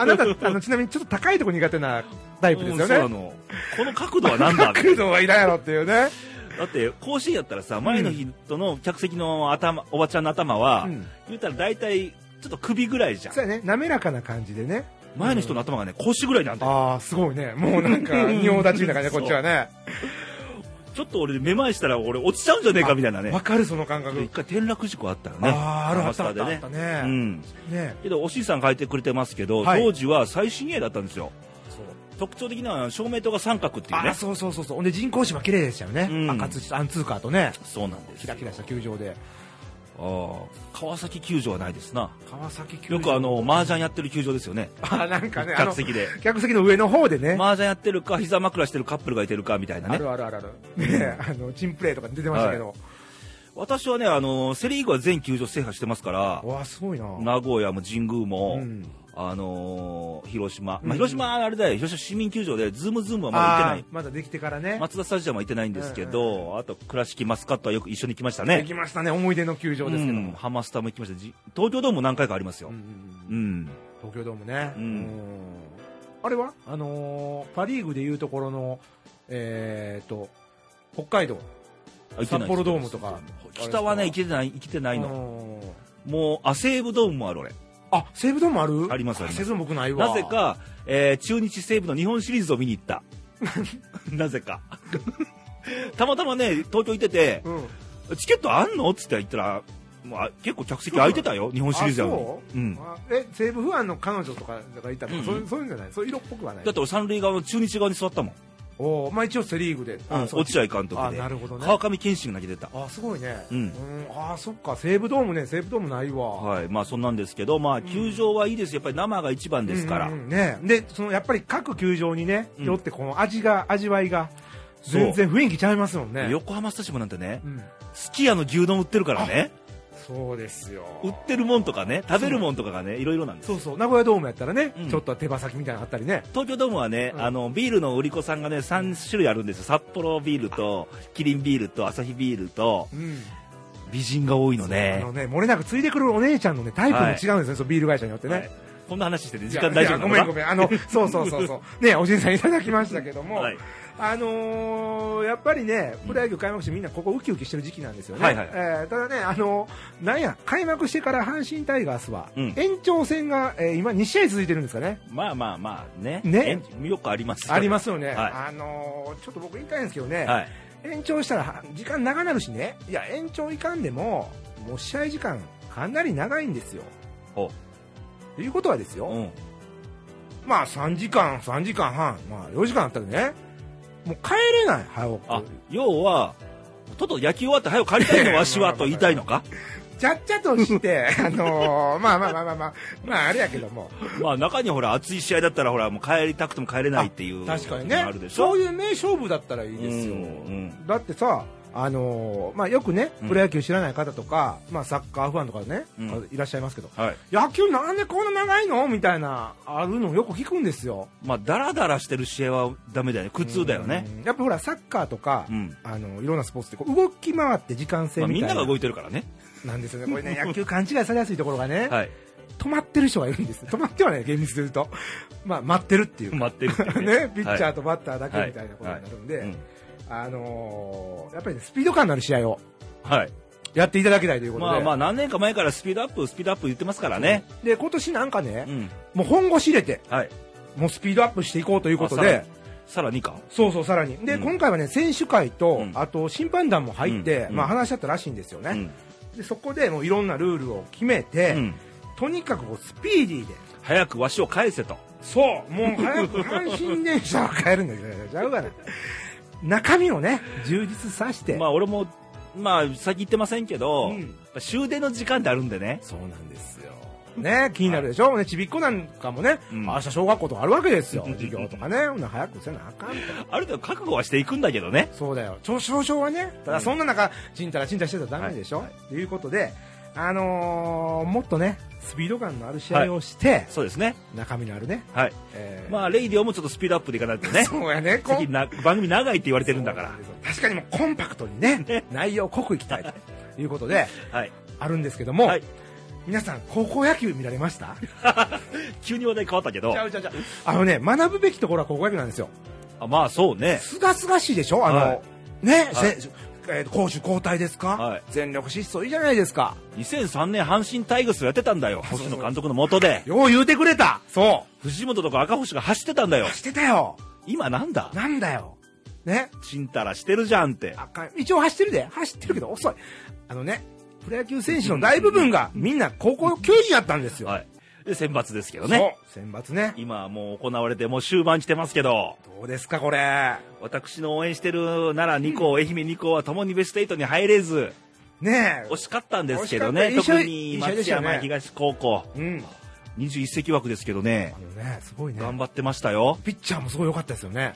Speaker 2: あなた、あの、ちなみにちょっと高いとこ苦手なタイプです
Speaker 1: う
Speaker 2: よ
Speaker 1: んそうな
Speaker 2: ね。
Speaker 1: の。この角度は何だ
Speaker 2: 角度はいらんやろっていうね。
Speaker 1: だって甲子園やったらさ前の日との客席の頭、おばちゃんの頭は、
Speaker 2: うん
Speaker 1: 言うたら大体ちょっと首ぐらいじゃん
Speaker 2: そうやね、滑らかな感じでね。
Speaker 1: 前の人の頭がね腰ぐらいなんだよ
Speaker 2: ああ、すごいね。もうなんか、尿立ちみたいな感じで、こっちはね。
Speaker 1: ちょっと俺めまいしたら俺落ちちゃうんじゃねえかみたいなね
Speaker 2: わかる、その感覚。
Speaker 1: 一回転落事故あったよね
Speaker 2: ああ、ある
Speaker 1: ハ
Speaker 2: あっ
Speaker 1: マス
Speaker 2: た
Speaker 1: ター
Speaker 2: あったあっ
Speaker 1: で
Speaker 2: た
Speaker 1: ね
Speaker 2: ね。
Speaker 1: うん
Speaker 2: ね
Speaker 1: けどおしいさん書いてくれてますけど、
Speaker 2: はい
Speaker 1: 当時は最新鋭だったんですよ
Speaker 2: そう
Speaker 1: 特徴的なのは照明灯が三角っていう
Speaker 2: あ
Speaker 1: ね
Speaker 2: そうそうそうそうほんで人工芝綺麗でしたよね、
Speaker 1: うん
Speaker 2: 赤土アンツーカーとね
Speaker 1: そうなんです
Speaker 2: キ
Speaker 1: よ
Speaker 2: ラキラした球場で
Speaker 1: あー川崎球場はないですな
Speaker 2: 川崎球場
Speaker 1: よくあの麻雀やってる球場ですよね
Speaker 2: あなんかねあの
Speaker 1: 客席で
Speaker 2: 客席の上の方でね、
Speaker 1: 麻雀やってるか膝枕してるカップルがいてるかみたいな
Speaker 2: あ
Speaker 1: ね
Speaker 2: るあるあるあるねあのチンプレーとか出てましたけど、
Speaker 1: 私はねあのセ・リーグは全球場制覇してますから
Speaker 2: わあすごいな
Speaker 1: 名古屋も神宮も、
Speaker 2: うん
Speaker 1: あのー広島、まあ、広島はあれだよ、広島市民球場で、ズームズームはまだ行っ
Speaker 2: あ
Speaker 1: て
Speaker 2: ーまだできてからね
Speaker 1: ない、松田スタジアムは行ってないんですけど、あと倉敷マスカットはよく一緒に行きました
Speaker 2: で
Speaker 1: ね、
Speaker 2: きましたね思い出の球場ですけど
Speaker 1: うん
Speaker 2: も、
Speaker 1: ハマスタも行きましたじ、東京ドームも何回かありますよ、
Speaker 2: う
Speaker 1: うん
Speaker 2: うん
Speaker 1: ん
Speaker 2: 東京ドームね、
Speaker 1: うん
Speaker 2: うんあれはあのーパ・リーグでいうところの、えー、と北海道
Speaker 1: あ行ってないです
Speaker 2: 札幌ドームとか
Speaker 1: 北はね、行けてない、行けてないの、
Speaker 2: の
Speaker 1: もう、ア西武ドームもある、俺、
Speaker 2: あ西武ドームある
Speaker 1: ありますあります
Speaker 2: 西武ドーム僕ないわ
Speaker 1: なぜか、えー中日西武の日本シリーズを見に行 った、なぜか。たまたまね、東京行ってて、
Speaker 2: うん
Speaker 1: チケットあんのっつって言ったら、まあ、結構客席空いてたよ、日本シリーズやのに。うん
Speaker 2: あそうえ西武ファンの彼女とかがいたとか、
Speaker 1: うん
Speaker 2: そういうそういうんじゃないそういう色っぽくはない
Speaker 1: だって俺、三塁側の中日側に座ったもん、
Speaker 2: おーまあ、一応セ・リーグで、
Speaker 1: うん
Speaker 2: そう
Speaker 1: 落合監督
Speaker 2: あ
Speaker 1: で、
Speaker 2: なるほどね
Speaker 1: 川上健信が投げてた、
Speaker 2: あすごいね、
Speaker 1: うん
Speaker 2: あそっか西武ドームね西武ドームないわ、
Speaker 1: はいまあ、そんなんですけど、まあ、球場はいいです、やっぱり生が一番ですから、
Speaker 2: うんうんうんね、でそのやっぱり各球場にね、
Speaker 1: うん
Speaker 2: よってこの味が味わいが
Speaker 1: そう
Speaker 2: 全然雰囲気ちゃいますもんね、
Speaker 1: 横浜スタジアムなんてね
Speaker 2: う、ん、
Speaker 1: すき家の牛丼売ってるからね、
Speaker 2: そうですよ
Speaker 1: 売ってるもんとかね、食べるもんとかがね、いろいろなんです。
Speaker 2: そうそう名古屋ドームやったらね、
Speaker 1: うん
Speaker 2: ちょっと手羽先みたいなのあったりね
Speaker 1: 東京ドームはね、
Speaker 2: うん
Speaker 1: あのビールの売り子さんがね3種類あるんですよ札幌ビールとキリンビールとアサヒビールと
Speaker 2: うん、
Speaker 1: 美人が多いの
Speaker 2: あ
Speaker 1: ね
Speaker 2: のね漏れなくついでくるお姉ちゃんのねタイプも違うんですよね、そのビール会社によってね、
Speaker 1: はいこんな話してて時間大丈夫
Speaker 2: いやい
Speaker 1: な
Speaker 2: やご
Speaker 1: の
Speaker 2: め
Speaker 1: か
Speaker 2: んごめんあ のそうそうそうそうねおじいさんいただきましたけども、
Speaker 1: はい
Speaker 2: あのーやっぱりねプロ野球開幕してみんなここウキウキしてる時期なんですよね、
Speaker 1: はいはい
Speaker 2: えーただねあのーなんや開幕してから阪神タイガースは、
Speaker 1: うん
Speaker 2: 延長戦が、えー今2試合続いてるんですかね
Speaker 1: まあまあまあね
Speaker 2: ね
Speaker 1: えよくあります
Speaker 2: ありますよね、
Speaker 1: はい
Speaker 2: あのーちょっと僕言いたいんですけどね、
Speaker 1: はい
Speaker 2: 延長したらは時間長なるしねいや延長いかんでももう試合時間かなり長いんですよ
Speaker 1: ほ
Speaker 2: ということはですよ、
Speaker 1: ううん
Speaker 2: まあ3時間、3時間半、まあ4時間あったらね、もう帰れない、早く。
Speaker 1: あ要はとっとと野球終わって早く帰りたいのわしはと言いたいの か
Speaker 2: ちゃっちゃとして、 あのーまあまあまあまあまあ、まああれやけども。
Speaker 1: まあ中にほら熱い試合だったらほらもう帰りたくても帰れないっていう
Speaker 2: 確かに
Speaker 1: の
Speaker 2: ね
Speaker 1: もあるで、しょ
Speaker 2: そういう名勝負だったらいいですよ。
Speaker 1: うんうん
Speaker 2: だってさ、あのーまあよくね、
Speaker 1: うん
Speaker 2: プロ野球知らない方とか、まあサッカーファンとかね、
Speaker 1: うん
Speaker 2: いらっしゃいますけど、
Speaker 1: はい
Speaker 2: 野球なんでこんな長いのみたいな、あるのよく聞くんですよ。
Speaker 1: まあダラダラしてる試合はダメだよね苦痛だよね
Speaker 2: うん。やっぱほら、サッカーとか、
Speaker 1: うん
Speaker 2: あの、いろんなスポーツってこう動き回って時間制
Speaker 1: まあ、み
Speaker 2: み
Speaker 1: ん
Speaker 2: たいな。
Speaker 1: なが動いてるからね、
Speaker 2: なんですよ ね。これね、野球勘違いされやすいところがね、
Speaker 1: はい、
Speaker 2: 止まってる人がいるんです。止まってはね、厳密で言うと。まあ、待ってるっていう。
Speaker 1: 待ってるっていう
Speaker 2: ね、ピッチャ
Speaker 1: は
Speaker 2: ーとバッターだけ
Speaker 1: はい
Speaker 2: みたいなことになるんで、
Speaker 1: いうん
Speaker 2: あのーやっぱりね、スピード感のある試合を
Speaker 1: はい
Speaker 2: やっていただきたいということで。
Speaker 1: まあまあ何年か前からスピードアップスピードアップ言ってますからね
Speaker 2: で、今年なんかね
Speaker 1: う、ん
Speaker 2: もう本腰入れて、
Speaker 1: はい
Speaker 2: もうスピードアップしていこうということで、
Speaker 1: さらにか
Speaker 2: そうそう、さらに。で、
Speaker 1: うん
Speaker 2: 今回はね、選手会と、
Speaker 1: うん
Speaker 2: あと審判団も入って、
Speaker 1: うん
Speaker 2: まあ話し合ったらしいんですよ
Speaker 1: う
Speaker 2: ね、
Speaker 1: ん、
Speaker 2: で、そこでもういろんなルールを決めて、
Speaker 1: うん
Speaker 2: とにかくこうスピーディーで、
Speaker 1: 早くわしを返せと
Speaker 2: そう、もう早く阪神電車を変えるんだけど、ちゃうがな。中身をね、充実させて。
Speaker 1: まあ俺もまあ先言ってませんけど、
Speaker 2: うん
Speaker 1: やっぱ終電の時間ってあるんでね
Speaker 2: そうなんですよ。ね、気になるでしょ、ね、ちびっこなんかもね、
Speaker 1: うん
Speaker 2: 明日小学校とかあるわけですよ
Speaker 1: うん。
Speaker 2: 授業とかね、ほんなら早くせなあかんと。
Speaker 1: ある程度覚悟はしていくんだけどね
Speaker 2: そうだよ。ちょ少々はね、
Speaker 1: う
Speaker 2: ただ
Speaker 1: ん
Speaker 2: そんな中、ちんたらちんたらしてたらダメでしょ、
Speaker 1: はいはい
Speaker 2: ということで、あのーもっとね、スピード感のある試合をして、
Speaker 1: そうですね
Speaker 2: 中身のあるね、
Speaker 1: はい
Speaker 2: えー
Speaker 1: まあレイディオもちょっとスピードアップでいかないとね
Speaker 2: そうやね、こん
Speaker 1: 次な番組長いって言われてるんだから
Speaker 2: 確かにもうコンパクトにね、内容濃くいきたいということで、
Speaker 1: はい、
Speaker 2: あるんですけども、
Speaker 1: はい、
Speaker 2: 皆さん、高校野球見られました
Speaker 1: 急に話題変わったけど
Speaker 2: ちゃうちゃうちゃうあのね、学ぶべきところは高校野球なんですよ。
Speaker 1: あまあそうね
Speaker 2: すがすがしいでしょあの、
Speaker 1: はいは
Speaker 2: ね、
Speaker 1: い
Speaker 2: せえーと攻守交代ですか、
Speaker 1: はい
Speaker 2: 全力疾走いいじゃないですか。
Speaker 1: 2003年阪神タイガースをやってたんだよ
Speaker 2: そうそう
Speaker 1: 星野監督の下で
Speaker 2: よう言うてくれたそ
Speaker 1: 藤本とか赤星が走ってたんだよ
Speaker 2: うしてたよ
Speaker 1: 今なんだ
Speaker 2: なんだよね
Speaker 1: ちんたらしてるじゃんって
Speaker 2: あかん。一応走ってるで。走ってるけど遅い。あのね、プロ野球選手の大部分がみんな高校球児やったんですよ。
Speaker 1: はいで選抜ですけどね
Speaker 2: そう選抜ね。
Speaker 1: 今はもう行われてもう終盤来てますけど
Speaker 2: どうですか、これ。
Speaker 1: 私の応援してる奈良2校愛媛2校は共にベスト8に入れず
Speaker 2: ねえ。
Speaker 1: 惜しかったんですけどね
Speaker 2: 惜しかった
Speaker 1: 特に松山東高校
Speaker 2: うん。
Speaker 1: 21席枠ですけどね
Speaker 2: あのね、すごいね。
Speaker 1: 頑張ってましたよ
Speaker 2: ピッチャーもすごい良かったですよね。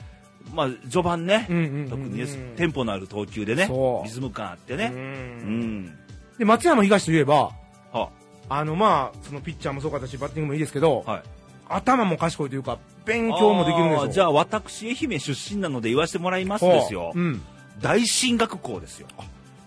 Speaker 1: まあ序盤ね
Speaker 2: うんうんうんうん
Speaker 1: 特にねテンポのある投球でね
Speaker 2: そう
Speaker 1: リズム感あって
Speaker 2: う。
Speaker 1: ねうんん
Speaker 2: で、松山東といえば、
Speaker 1: は
Speaker 2: あのまあそのピッチャーもそうかったしバッティングもいいですけど、
Speaker 1: はい
Speaker 2: 頭も賢いというか勉強もできるんで
Speaker 1: あ
Speaker 2: す
Speaker 1: ー
Speaker 2: よ
Speaker 1: じゃあ私愛媛出身なので言わせてもらいますとですよ、
Speaker 2: うん、
Speaker 1: 大進学校ですよ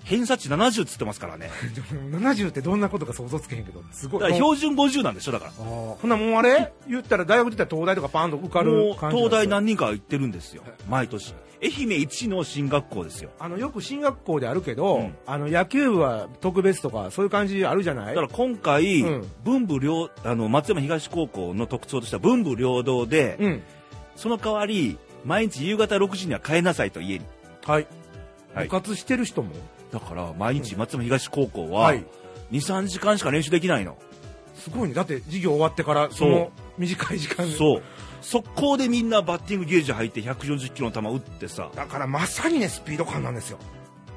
Speaker 1: 偏差値70っつってますからね
Speaker 2: でも70ってどんなことか想像つけへんけどすご
Speaker 1: だ
Speaker 2: い
Speaker 1: から標準50なんでしょだから
Speaker 2: あーほなもうあれ言ったら大学出たら東大とかパンと受か
Speaker 1: も
Speaker 2: る
Speaker 1: う
Speaker 2: 感じ
Speaker 1: 東大
Speaker 2: なんです
Speaker 1: 何人
Speaker 2: よ
Speaker 1: か行ってるんですよ毎年愛媛一の進学校ですよ
Speaker 2: あのよく進学校であるけど、
Speaker 1: うん
Speaker 2: あの野球部は特別とかそういう感じあるじゃな
Speaker 1: だ
Speaker 2: い
Speaker 1: から今回、
Speaker 2: うん
Speaker 1: 文武両あの松山東高校の特徴としては文武両道で、
Speaker 2: うん
Speaker 1: その代わり毎日夕方6時には帰んなさいと家に、
Speaker 2: はい、
Speaker 1: はい
Speaker 2: 部活してる人も
Speaker 1: だから毎日松山東高校は
Speaker 2: はい
Speaker 1: 23時間しか練習できないの
Speaker 2: すごいねだって授業終わってからその短い時間で
Speaker 1: そう速攻でみんなバッティングゲージ入って140キロの球打ってさ
Speaker 2: だからまさにねスピード感なんですよ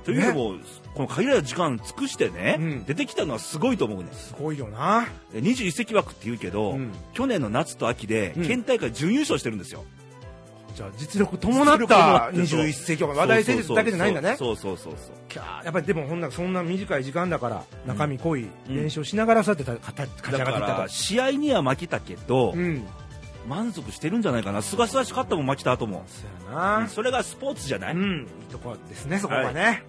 Speaker 1: というのも、この限られた時間尽くしてね、
Speaker 2: うん
Speaker 1: 出てきたのはすごいと思うね
Speaker 2: すごいよな
Speaker 1: で21世紀枠って言うけど、
Speaker 2: うん
Speaker 1: 去年の夏と秋で
Speaker 2: うん
Speaker 1: 県大会準優勝してるんですよ、
Speaker 2: じゃあ実力伴
Speaker 1: 実
Speaker 2: っ
Speaker 1: 力伴ったてそう
Speaker 2: 21世紀は話題性だけじゃないんだね
Speaker 1: そうそうそうそうそう
Speaker 2: キャーやっぱりでもほんならそんな短い時間だから中身濃い
Speaker 1: うん
Speaker 2: 練習をしながらさってた勝た勝ち上
Speaker 1: だ
Speaker 2: が
Speaker 1: か
Speaker 2: っていった
Speaker 1: ら試合には負けたけど、
Speaker 2: とうん
Speaker 1: 満足してるんじゃないかなすがすがしかったもん負けた後も、
Speaker 2: そうや
Speaker 1: うん
Speaker 2: な
Speaker 1: それがスポーツじゃない、
Speaker 2: うんいいとこですねそこはね、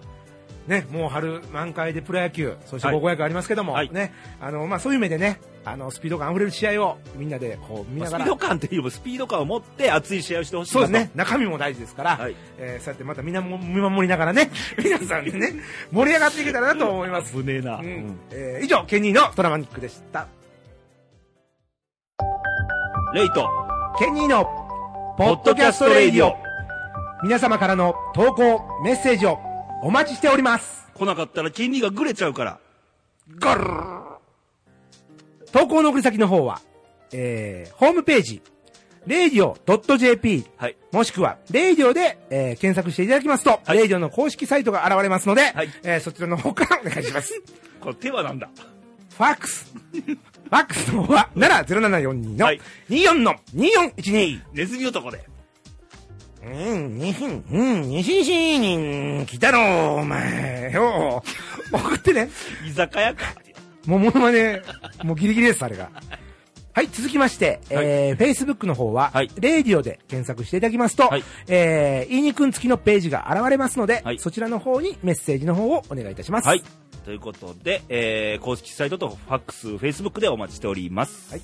Speaker 2: ね、もう春満開でプロ野球そして
Speaker 1: はい
Speaker 2: 高校野球ありますけども、
Speaker 1: はい
Speaker 2: ねあのまあ、そういう目でねあのスピード感あふれる試合をみんなでこう見
Speaker 1: まあ
Speaker 2: な
Speaker 1: ス
Speaker 2: が
Speaker 1: ピ
Speaker 2: ら、
Speaker 1: ード感っていうよりもスピード感を持って熱い試合をしてほしい
Speaker 2: そう
Speaker 1: な
Speaker 2: で
Speaker 1: と
Speaker 2: すね中身も大事ですから、
Speaker 1: はい
Speaker 2: えーそうやってまたみんなも見守りながらね 皆さんでね盛り上がっていけたらなと思います、
Speaker 1: 危ねえな、
Speaker 2: う
Speaker 1: うん
Speaker 2: んえー以上ケニーのトラマニックでした
Speaker 1: レイト
Speaker 2: ケニーのポッドキャストレイディオ皆様からの投稿メッセージをお待ちしております
Speaker 1: 来なかったら金利がぐれちゃうから
Speaker 2: ゴルー投稿の送り先の方は、えー、ホームページ radio.jp
Speaker 1: はい
Speaker 2: もしくは、レイディオで、えー検索していただきますと、
Speaker 1: はい
Speaker 2: レイディオの公式サイトが現れますので、
Speaker 1: はい
Speaker 2: えーそちらの方からお願いします。
Speaker 1: この手はなんだ
Speaker 2: ファックス。ファックスの方は、70742の
Speaker 1: はい
Speaker 2: 24の2412。
Speaker 1: ネズミ男で
Speaker 2: うん、にひん、うん、にしんしにん、来たろ、お前、よ。送ってね。
Speaker 1: 居酒屋か
Speaker 2: もうモノマネ、もうギリギリです、あれが。はい、続きまして、えー、Facebook の方は、
Speaker 1: はい
Speaker 2: レイディオで検索していただきますと、
Speaker 1: はい
Speaker 2: えー、いいにくん付きのページが現れますので、
Speaker 1: はい
Speaker 2: そちらの方にメッセージの方をお願いいたします。
Speaker 1: はい。ということで、えー公式サイトとファックス、フェイスブックでお待ちしております。
Speaker 2: はい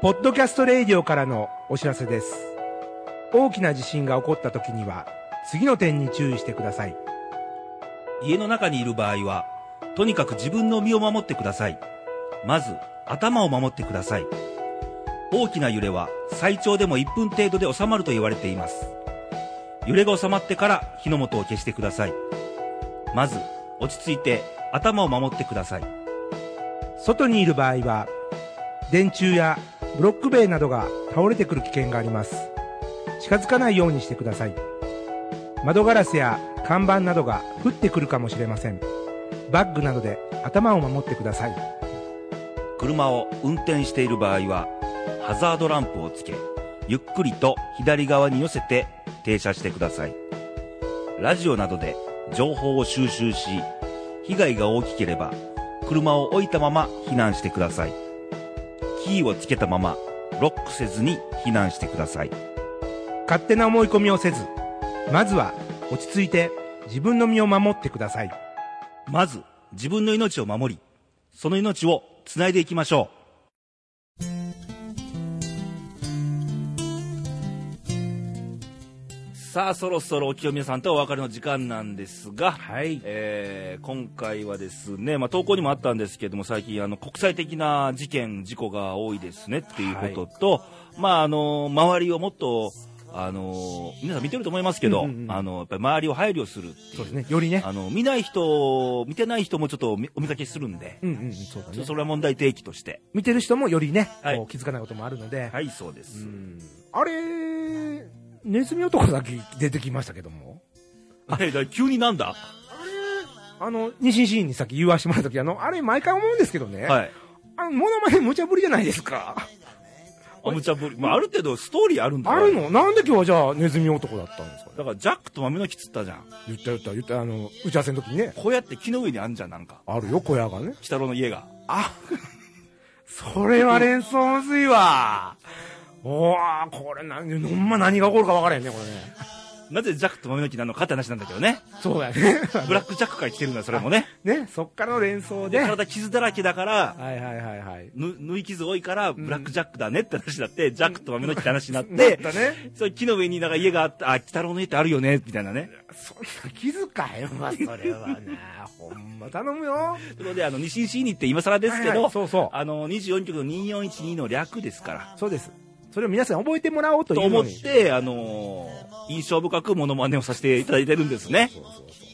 Speaker 2: ポッドキャストレイディオからのお知らせです。大きな地震が起こった時には、次の点に注意してください。
Speaker 1: 家の中にいる場合は、とにかく自分の身を守ってください。まず、頭を守ってください。大きな揺れは最長でも1分程度で収まると言われています。揺れが収まってから火の元を消してください。まず、落ち着いて頭を守ってください。
Speaker 2: 外にいる場合は電柱やブロック塀などが倒れてくる危険があります近づかないようにしてください窓ガラスや看板などが降ってくるかもしれませんバッグなどで頭を守ってください
Speaker 1: 車を運転している場合はハザードランプをつけゆっくりと左側に寄せて停車してくださいラジオなどで情報を収集し被害が大きければ車を置いたまま避難してくださいキーをつけたままロックせずに避難してください
Speaker 2: 勝手な思い込みをせずまずは落ち着いて自分の身を守ってください
Speaker 1: まず自分の命を守りその命をつないでいきましょうさあそろそろお清宮さんとお別れの時間なんですが、
Speaker 2: はい
Speaker 1: えー今回はですね、まあ、投稿にもあったんですけども最近あの国際的な事件事故が多いですねっていうことと、まああの周りをもっとあの皆さん見てると思いますけど、
Speaker 2: うんうんうん
Speaker 1: あのやっぱり周りを配慮するってい
Speaker 2: そううですねよりね
Speaker 1: あの、見ない人、見てない人もちょっとお見かけするんで、
Speaker 2: うんうんそうだね
Speaker 1: それは問題提起として。
Speaker 2: 見てる人もよりね、
Speaker 1: はい
Speaker 2: こう気づかないこともあるので、
Speaker 1: はい、そうです。
Speaker 2: あれネズミ男だけ出てきましたけども
Speaker 1: あれ、だ急になんだ
Speaker 2: あの西シーンにさっき言わしてもらった時あのあれ毎回思うんですけどね、
Speaker 1: はい。
Speaker 2: あのモノマネ無茶ぶりじゃないですか
Speaker 1: あむちゃぶり。まあ、ある程度ストーリーあるんだ
Speaker 2: あ
Speaker 1: から
Speaker 2: るのなんで今日はじゃあネズミ男だったんですかね
Speaker 1: だから、ジャックと豆の木釣ったじゃん。
Speaker 2: 言った言った言ったあの打ち合わせの時にね
Speaker 1: 小屋って木の上にあんじゃん、なんか。
Speaker 2: あるよ小屋がね
Speaker 1: 鬼太郎の家が。
Speaker 2: あそれは連想薄いわおーこれ何ほんま何が起こるか分からへんねこれね
Speaker 1: なぜジャックと豆の木なのかって話なんだけどね。
Speaker 2: そうだよね
Speaker 1: ブラックジャックから来てるんだ、それもね。
Speaker 2: ねそっからの連想ではい
Speaker 1: 体傷だらけだから、
Speaker 2: はいはいはい
Speaker 1: ぬ縫い傷多いから、ブラックジャックだねって話だって、ジャックと豆の木って話に なって、
Speaker 2: でだね
Speaker 1: それ木の上になんか家があって、あ、鬼太郎の家ってあるよね、みたいなね。
Speaker 2: そんな気遣いはそれ はなほんま頼むよ
Speaker 1: ということで、あの、西西にって今更ですけど、
Speaker 2: はいはいそうそう
Speaker 1: あの、24局の2412の略ですから。
Speaker 2: そうですそれを皆さんに覚えてもらおうとい
Speaker 1: と
Speaker 2: う
Speaker 1: 思
Speaker 2: の
Speaker 1: っ
Speaker 2: に
Speaker 1: て、あのー印象深くモノマネをさせていただいてるんですね。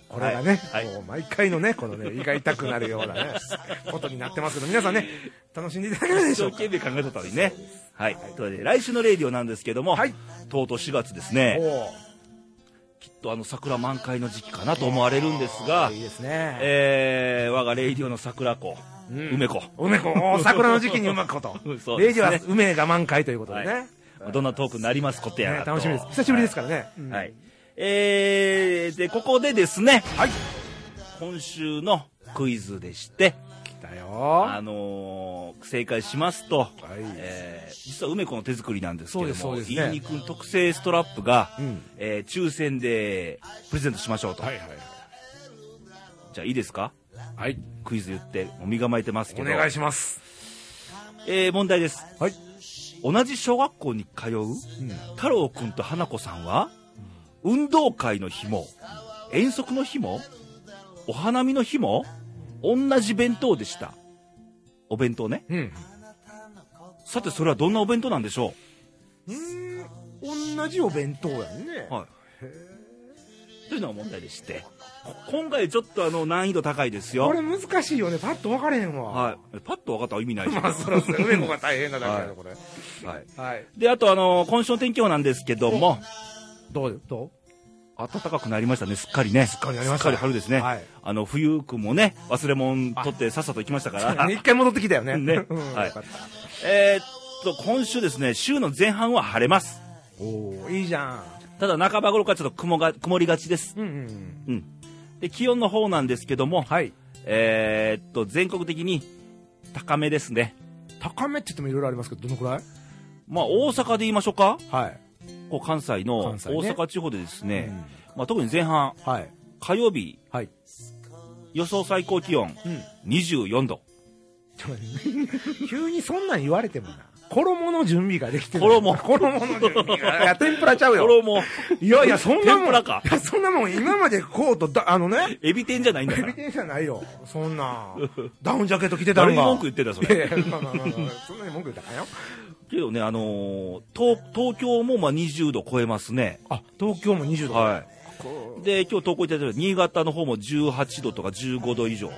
Speaker 2: これがね、
Speaker 1: はいはい
Speaker 2: もう毎回のね、このね、胃が痛くなるようなね、ことになってますけど、皆さんね、楽しんでいただけるで
Speaker 1: 一
Speaker 2: しょ
Speaker 1: 生
Speaker 2: うか。
Speaker 1: 懸命考えとったのにね。はい。ということで、来週のレイディオなんですけども、
Speaker 2: はい
Speaker 1: とうとう4月ですね、きっとあの桜満開の時期かなと思われるんです
Speaker 2: お
Speaker 1: が
Speaker 2: ーいい、ですね。
Speaker 1: えー、我がレイディオの桜子、
Speaker 2: うん
Speaker 1: 梅子、
Speaker 2: 梅 子、おー桜の時期にうまくこと。
Speaker 1: うんそう
Speaker 2: レ
Speaker 1: で
Speaker 2: イ
Speaker 1: す
Speaker 2: ジ
Speaker 1: ね
Speaker 2: は梅が満開ということでね。
Speaker 1: はどんなトークになりますことやら
Speaker 2: ね
Speaker 1: と
Speaker 2: 楽しみです。久しぶりですからね。うん
Speaker 1: はい。えー、で、ここでですね、
Speaker 2: はい。
Speaker 1: 今週のクイズでして、
Speaker 2: 来たよ
Speaker 1: あのー正解しますと、
Speaker 2: い
Speaker 1: えー実は梅子の手作りなんですけ
Speaker 2: そうで
Speaker 1: ど
Speaker 2: すそ
Speaker 1: も、
Speaker 2: うですね
Speaker 1: いいにくん特製ストラップが、
Speaker 2: うん
Speaker 1: えー抽選でプレゼントしましょうと。
Speaker 2: はい
Speaker 1: じゃあいいですか
Speaker 2: はい。はい。
Speaker 1: クイズ言って、もう身構えてますけ
Speaker 2: お
Speaker 1: ど。
Speaker 2: 願いします。
Speaker 1: えー問題です。
Speaker 2: はい。
Speaker 1: 同じ小学校に通う、太郎くんと花子さんは、運動会の日も、遠足の日も、お花見の日も、同じ弁当でした。お弁当ね。
Speaker 2: うん。
Speaker 1: さて、それはどんなお弁当なんでしょ
Speaker 2: うん。同じお弁当やね
Speaker 1: う。はい。というのが問題でして、こ今回ちょっとあの難易度高いです
Speaker 2: こ
Speaker 1: よ
Speaker 2: れ。難しいよね。パッと分かれへんわ。
Speaker 1: はい。パッと分かったら意味ないじゃん。
Speaker 2: まあ、そろそろ 梅子が大変なだけだよ、これ。
Speaker 1: はい。
Speaker 2: はい。
Speaker 1: で、あとあの今週の天気予報なんですけども、
Speaker 2: どうど
Speaker 1: 暖かくなりましたね、すっかりね。すっ
Speaker 2: かりなりました
Speaker 1: 春ですね。
Speaker 2: はい
Speaker 1: あの、冬服もね、忘れ物取ってさっさと行きましたか
Speaker 2: う
Speaker 1: ら。
Speaker 2: 一回戻ってきたよね。
Speaker 1: ね
Speaker 2: うん
Speaker 1: はい
Speaker 2: よかっ
Speaker 1: えーっと、今週ですね、週の前半は晴れます。
Speaker 2: たおおいいじゃん。
Speaker 1: ただ半ば頃からちょっと雲が、曇りがちです。
Speaker 2: うんうん。
Speaker 1: うん。で、気温の方なんですけども、
Speaker 2: はい。
Speaker 1: えーっと、全国的に高めですね。
Speaker 2: 高めって言ってもいろいろありますけど、どのくらい
Speaker 1: まあ、大阪で言いましょうか。
Speaker 2: はい。
Speaker 1: こう関西の大
Speaker 2: 関西ね
Speaker 1: 阪地方でですね、まあ、特に前半、
Speaker 2: はい。
Speaker 1: 火曜日、
Speaker 2: はい。
Speaker 1: 予想最高気温
Speaker 2: うん。
Speaker 1: 24度。
Speaker 2: ちょっと待って急にそんなん言われてもな。衣の準備ができてる。
Speaker 1: 衣
Speaker 2: 衣の準備 が。いや、天ぷらちゃうよ。
Speaker 1: 衣、
Speaker 2: いやいや、そんなも
Speaker 1: 天
Speaker 2: ん。
Speaker 1: ぷらか
Speaker 2: いや、 そんなもん、今までコートだ、あのね、
Speaker 1: エビ天じゃないんだ
Speaker 2: エ
Speaker 1: か
Speaker 2: ビ
Speaker 1: ら。
Speaker 2: 天じゃないよ。そんな。ダウンジャケット着てたの
Speaker 1: 誰
Speaker 2: が。
Speaker 1: に文句言ってた、それ。
Speaker 2: いやいや、まあまあまあまあ、そんなに文句言ったらあかんよ。
Speaker 1: けどね、あのー東、東京もまあ20度超えますね。
Speaker 2: あ、東京も20度。
Speaker 1: はい。
Speaker 2: こ
Speaker 1: で、今日投稿いただいた新潟の方も18度とか15度以上。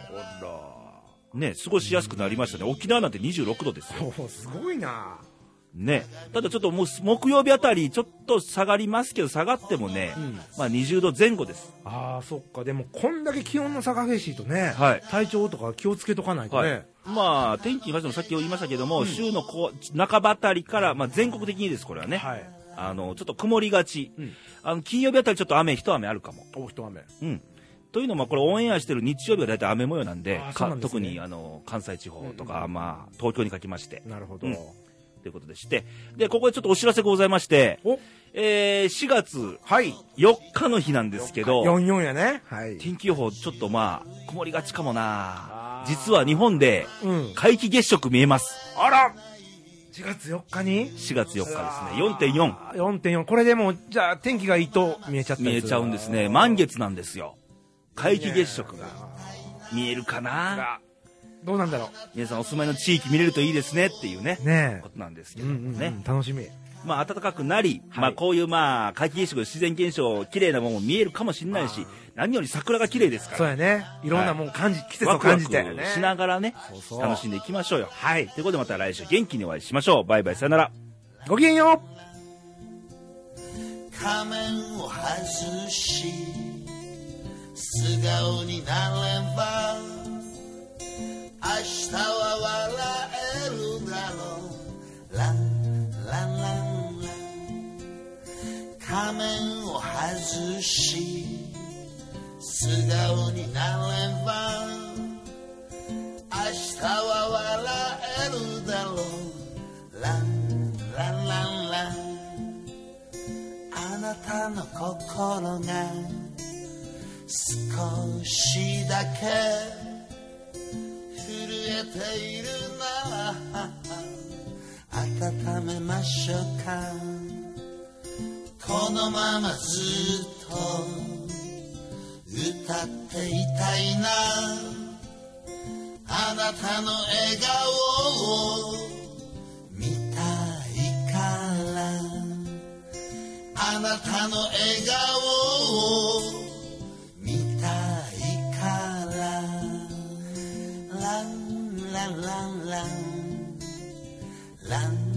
Speaker 1: ね、過ごしやすくなりましたね。沖縄なんて26度ですよ。
Speaker 2: うおーすごいな
Speaker 1: ね。ただちょっともう木曜日あたり、ちょっと下がりますけど、下がってもね、
Speaker 2: うん
Speaker 1: まあ20度前後です。
Speaker 2: あーそっかでもこんだけ気温の差が激しいとね、
Speaker 1: はい
Speaker 2: 体調とか気をつけとかないと
Speaker 1: はい。
Speaker 2: ね、
Speaker 1: まあ、天気に関してもさっき言いましたけども、週の後半ばあたりから、まあ全国的にです、これはね。
Speaker 2: はい
Speaker 1: あの、ちょっと曇りがち。
Speaker 2: うん
Speaker 1: あの、金曜日あたりちょっと雨、一雨あるかも。
Speaker 2: お一雨
Speaker 1: うん。というのも、これオンエアしてる日曜日は大体雨模様なんで、
Speaker 2: あーそう
Speaker 1: か
Speaker 2: なんですね
Speaker 1: 特にあの関西地方とか、まあ、東京にかけまして、
Speaker 2: なるほど、
Speaker 1: うんということでして、で、ここでちょっとお知らせがございまして、
Speaker 2: お
Speaker 1: えー、4月
Speaker 2: はい
Speaker 1: 4日の日なんですけど、
Speaker 2: 44やねはい
Speaker 1: 天気予報ちょっとまあ、曇りがちかもな
Speaker 2: あー
Speaker 1: 実は日本で
Speaker 2: うん
Speaker 1: 皆既月食見えます。
Speaker 2: あら4月4日に
Speaker 1: 4月4日ですね、4.4。
Speaker 2: あー4.4これでもじゃあ天気がいいと見えちゃったり
Speaker 1: 見
Speaker 2: する
Speaker 1: えちゃうんですね。満月なんですよ。皆既月食が
Speaker 2: あ
Speaker 1: 見えるかな
Speaker 2: らどうなんだろ
Speaker 1: 皆さんお住まいの地域見れるといいですねっていうね
Speaker 2: う。ね
Speaker 1: ことなんです
Speaker 2: え
Speaker 1: けどもね、
Speaker 2: うんうん、楽しみ
Speaker 1: まあ暖かくなり、
Speaker 2: はい
Speaker 1: まあこういうまあ皆既月食自然現象綺麗なものも見えるかもしれないし何より桜が綺麗ですか
Speaker 2: そう
Speaker 1: ら
Speaker 2: やねいろんなもん感じ、季節を
Speaker 1: ワクワ
Speaker 2: 感
Speaker 1: ク
Speaker 2: じて、ね、
Speaker 1: しながらね
Speaker 2: そうそう
Speaker 1: 楽しんでいきましょうよ
Speaker 2: はい
Speaker 1: ということでまた来週元気にお会いしましょうバイバイさよなら
Speaker 2: ごきげんよう
Speaker 3: 仮面を外し素顔になれば明日は笑えるだろうランずし素顔になれば明日は笑えるだろうランランランランあなたの心が少しだけ震えているなら温めましょうかこのままずっと歌っていたいなあなたの笑顔を見たいからあなたの笑顔を見たいからランランランランラン